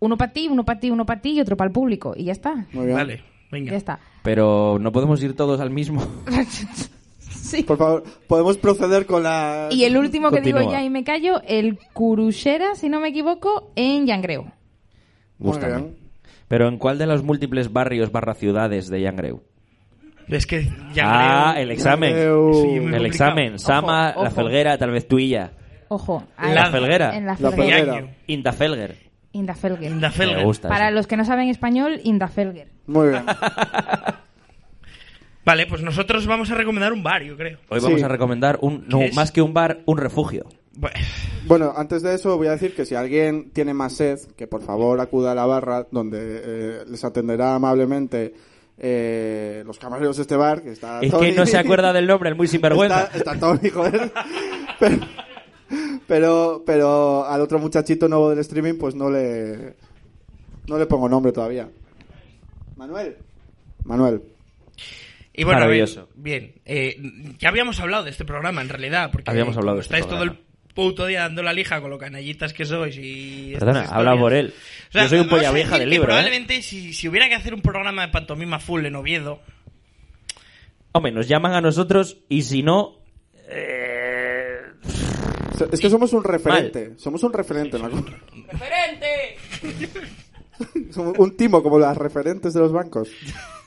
Uno para ti, uno para ti, uno para ti y otro para el público. Y ya está. Muy bien. Vale, venga. Ya está. Pero no podemos ir todos al mismo. Sí. Por favor, podemos proceder con la... Y el último que digo Continúa. ya y me callo, el Curuchera, si no me equivoco, en Yangreo. Muy Gústame. bien. Pero ¿en cuál de los múltiples barrios barra ciudades de Yangreu? Es que ya ah, creo- el examen. Creo- Sí, muy El complicado. examen. Sama, Ojo, La ojo. Felguera, tal vez Tuilla. Ojo. La ahí, Felguera. En la La Felguera. Felguera. Yaño. Indafelger. Indafelger. Indafelger. Me gusta. Para eso. los que no saben español, Indafelger. Muy bien. Vale, pues nosotros vamos a recomendar un bar, yo creo. Hoy vamos Sí. a recomendar un, no, ¿Qué es? más que un bar, un refugio. Bueno, Bueno, antes de eso voy a decir que si alguien tiene más sed, que por favor acuda a la barra donde eh, les atenderá amablemente eh, los camareros de este bar, que está Es Tony. que no se acuerda del nombre, el muy sinvergüenza. Está, está Tony, joder. Pero, pero, pero al otro muchachito nuevo del streaming, pues no le, no le pongo nombre todavía. Manuel. Manuel. Y bueno, Maravilloso. Bien, bien, eh, ya habíamos hablado de este programa en realidad, porque Habíamos hablado como de este estáis todo el programa. puto día dando la lija con lo canallitas que sois y... estas Perdona, historias. habla por él. O sea, Yo soy un vamos polla a vieja decir del que libro, ¿eh? Probablemente si, si hubiera que hacer un programa de pantomima full en Oviedo, Hombre, nos llaman a nosotros y si no... eh, So- Es que somos un referente. Somos un referente. ¿no? ¡Referente! somos un timo como las referentes de los bancos.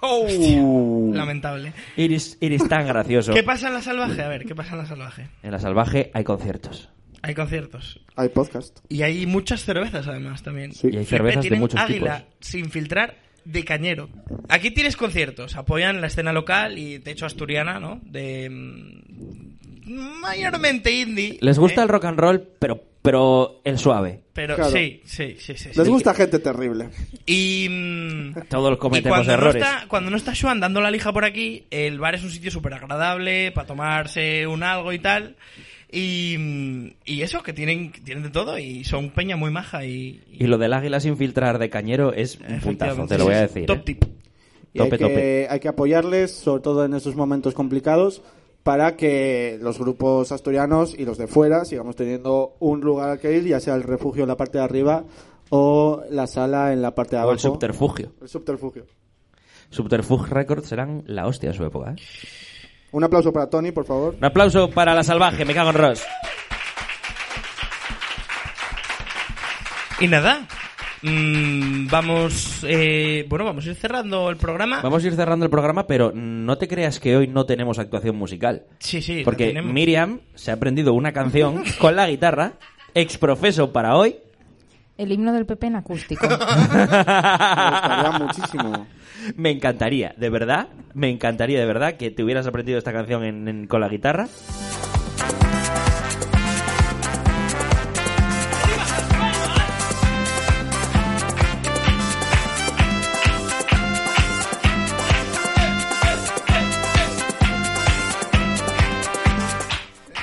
lamentable. Eres, eres tan gracioso. ¿Qué pasa en la salvaje? A ver, ¿qué pasa en la salvaje? En la salvaje hay conciertos. Hay conciertos. Hay podcast. Y hay muchas cervezas además también. Sí. Y hay Siempre cervezas de tienen muchos águila tipos. sin filtrar de cañero. Aquí tienes conciertos, apoyan la escena local y de hecho asturiana, ¿no? De mm, mayormente indie. Les gusta ¿eh? el rock and roll, pero, pero el suave. pero Claro. sí, sí, sí, sí. sí. Les gusta gente terrible. Y mm, Todos y cometemos cuando errores. No está, cuando no está Joan dando la lija por aquí, el bar es un sitio súper agradable para tomarse un algo y tal. Y, mm, y eso, que tienen, que tienen de todo y son peña muy maja y... y- Y lo del águila sin filtrar de cañero es un puntazo, efectivamente, te lo voy a sí, sí, decir. Top ¿eh? tip. Y Tope, hay, que, tope. hay que apoyarles, sobre todo en estos momentos complicados, para que los grupos asturianos y los de fuera sigamos teniendo un lugar al que ir, ya sea el refugio en la parte de arriba o la sala en la parte de O abajo. el subterfugio. El subterfugio. Subterfugio Records serán la hostia de su época. ¿eh? Un aplauso para Tony, por favor. Un aplauso para la salvaje, me cago en Ross. Y nada, mm, vamos... eh, bueno, vamos a ir cerrando el programa. Vamos a ir cerrando el programa, pero no te creas que hoy no tenemos actuación musical. Sí, sí, la Porque tenemos. Miriam se ha aprendido una canción con la guitarra, exprofeso para hoy. El himno del PP en acústico. Me gustaría muchísimo. Me encantaría, de verdad, me encantaría de verdad que te hubieras aprendido esta canción en- en- con la guitarra.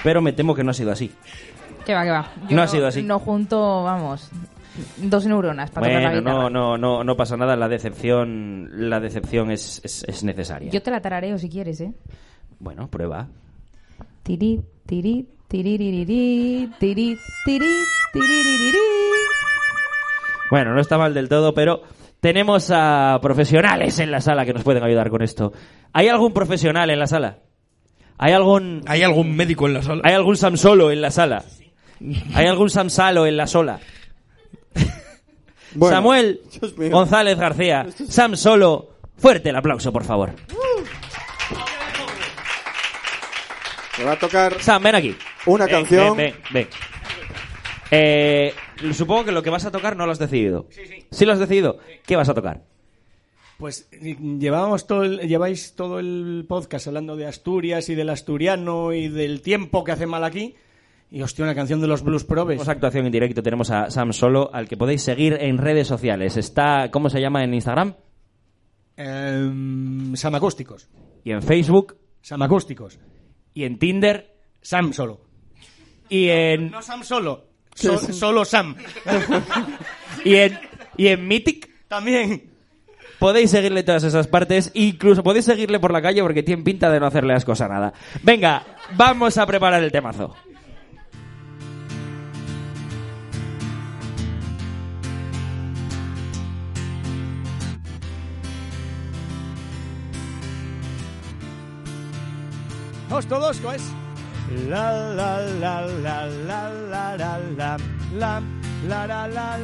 Pero me temo que no ha sido así. que va, que va. No ha sido así. No junto, vamos, dos neuronas para tocar la Bueno, guitarra. no, no, no, no pasa nada. La decepción, la decepción es, es- es necesaria. Yo te la tarareo si quieres, ¿eh? Bueno, prueba. Tiri, tiri, tiriririrí, tiri, tiri, tiriririrí. Bueno, no está mal del todo, pero tenemos a profesionales en la sala que nos pueden ayudar con esto. ¿Hay algún profesional en la sala? ¿Hay algún ¿Hay algún médico en la sala? hay algún Samsolo en la sala? ¿Hay algún Samsalo en la sola? Bueno, Samuel Dios mío. González García, Sam Solo, fuerte el aplauso, por favor. Me va a tocar Sam, ven aquí. una Ven, canción. Ven, ven, ven. Eh, supongo que lo que vas a tocar no lo has decidido. Sí, sí. lo has decidido. ¿Qué vas a tocar? Pues eh, llevábamos todo el- lleváis todo el podcast hablando de Asturias y del asturiano y del tiempo que hace mal aquí. Y hostia, una canción de los Blues Probes. Tenemos actuación en directo, tenemos a Sam Solo, al que podéis seguir en redes sociales. Está, ¿cómo se llama en Instagram? Em, samacústicos. Y en Facebook, Samacústicos. y en Tinder, Sam solo. y en, No Sam solo. So- solo Sam. y en, y en Mythic. También. Podéis seguirle en todas esas partes, incluso podéis seguirle por la calle porque tiene pinta de no hacerle las cosas nada. Venga, vamos a preparar el temazo. Hosto dosco es. La la la la la la la la la la la la la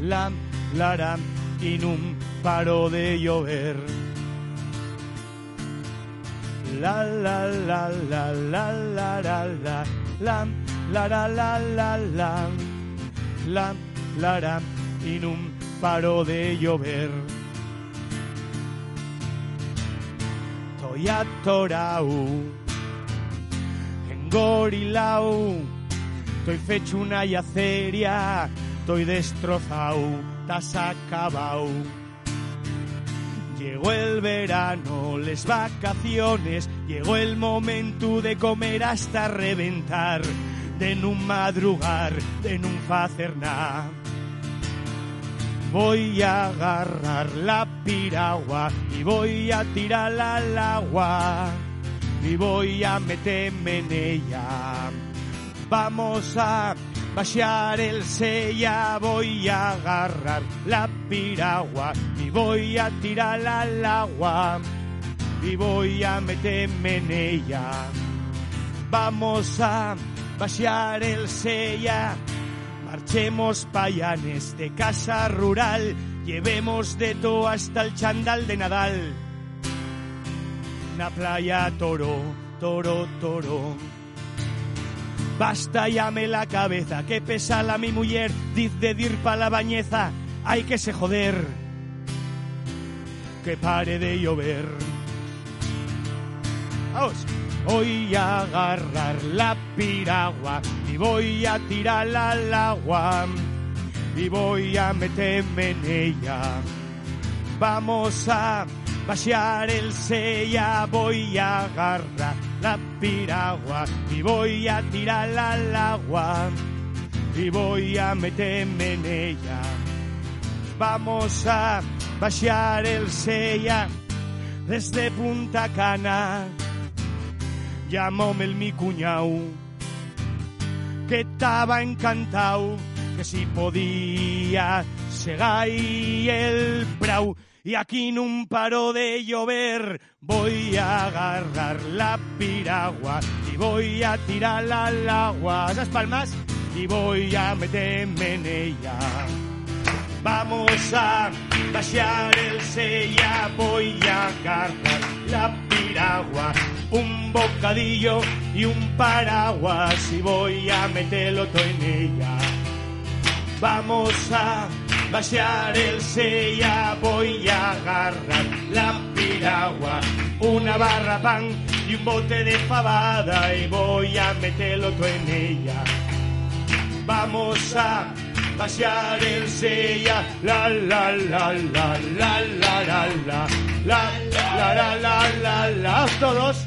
la la la la y nun paro de llover. La la la la la la la la la la la la la la la la la y nun paro de llover. Estoy atorao engorilao, estoy fecho una yaceria, estoy destrozao, tas acabao. Llegó el verano, las vacaciones, llegó el momento de comer hasta reventar, de no madrugar, de no hacer nada. Voy a agarrar la piragua y voy a tirarla al agua y voy a meterme en ella. Vamos a baixar el sella, voy a agarrar la piragua y voy a tirarla al agua y voy a meterme en ella. Vamos a baixar el sella, Marchemos payanes de casa rural, llevemos de todo hasta el chandal de Nadal. Na playa toro, toro, toro. Basta llame la cabeza, que pesa la mi mujer, diz de dir pa la bañeza, hay que se joder. Que pare de llover. Vamos. Voy a agarrar la piragua y voy a tirarla al agua y voy a meterme en ella. Vamos a vaciar el sella, voy a agarrar la piragua y voy a tirarla al agua y voy a meterme en ella. Vamos a vaciar el sella desde Punta Cana. Llamóme el mi cuñao que estaba encantado que si podía llegar el brau y aquí no paró de llover voy a agarrar la piragua y voy a tirarla al agua esas palmas y voy a meterme en ella vamos a vaciar el sella voy a agarrar la piragua un bocadillo y un paraguas y voy a meterlo todo en ella. Vamos a vaciar el sella, voy a agarrar la piragua, una barra pan y un bote de fabada y voy a meterlo todo en ella. Vamos a vaciar el sella, la la la la la la la la la la la la la la todos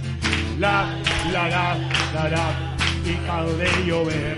la la la la la y cal de llover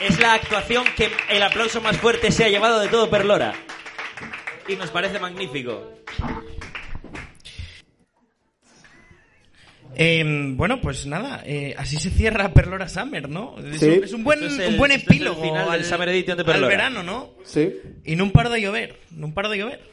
Es la actuación que el aplauso más fuerte se ha llevado de todo Perlora. Y nos parece magnífico. Eh, bueno, pues nada, eh, así se cierra Perlora Summer, ¿no? Es, Sí. un- es un buen, Esto es el- un buen esto es el epílogo final del al, Summer Edition de al Perlora. verano, ¿no? Sí. Y no un par de llover, no un par de llover.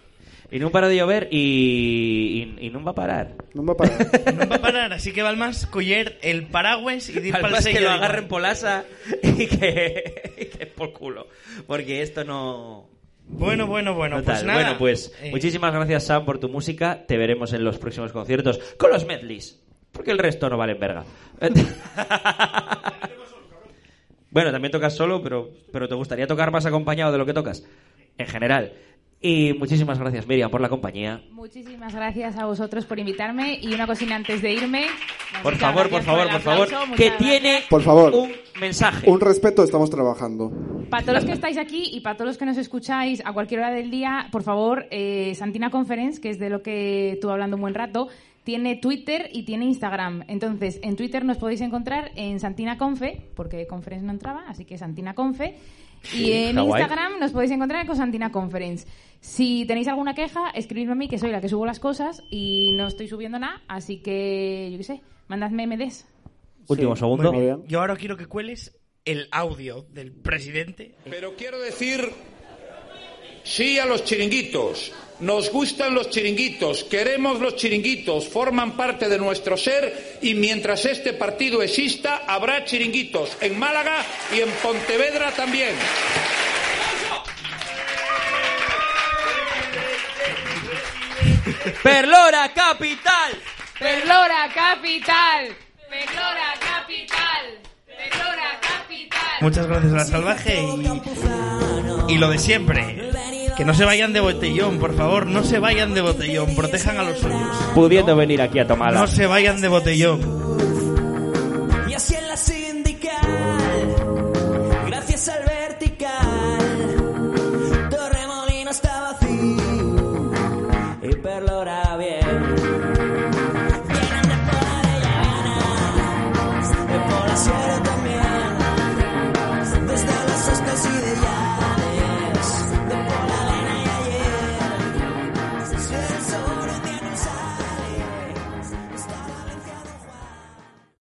Y no para de llover y, y, y no va a parar. No me va a parar. No va a parar, así que Balmas, coller el paraguas y dir Al pa'l más sello que lo de- agarren polasa y que, y que por culo. Porque esto no... Bueno, bueno, bueno, no pues tal. nada. Bueno, pues Eh, muchísimas gracias Sam por tu música. Te veremos en los próximos conciertos con los medleys. Porque el resto no vale verga. bueno, también tocas solo, pero, pero te gustaría tocar más acompañado de lo que tocas. En general. Y muchísimas gracias Miriam por la compañía. Muchísimas gracias a vosotros por invitarme y una cosina antes de irme. Por Muchas favor, por gracias por favor, el por favor. aplauso, muchas Que gracias. tiene Por favor. un mensaje. Un respeto, estamos trabajando. Para todos los que estáis aquí y para todos los que nos escucháis a cualquier hora del día, por favor, eh, Santina Conference, que es de lo que estuve hablando un buen rato, tiene Twitter y tiene Instagram. Entonces, en Twitter nos podéis encontrar en Santina Confe, porque Conference no entraba, así que Santina Confe. Y en está guay. Instagram nos podéis encontrar con Santina Conference. Si tenéis alguna queja, escribidme a mí, que soy la que subo las cosas y no estoy subiendo nada, así que, yo qué sé, mandadme MDs. Último Sí, segundo. muy bien. Yo ahora quiero que cueles el audio del presidente. Pero quiero decir sí a los chiringuitos. Nos gustan los chiringuitos, queremos los chiringuitos, forman parte de nuestro ser y mientras este partido exista habrá chiringuitos en Málaga y en Pontevedra también. Perlora Capital. Perlora Capital. Perlora Capital. Perlora Capital. Muchas gracias a la salvaje y, y lo de siempre. Que no se vayan de botellón, por favor, no se vayan de botellón, protejan a los suyos. Pudiendo venir aquí a tomarla. No se vayan de botellón.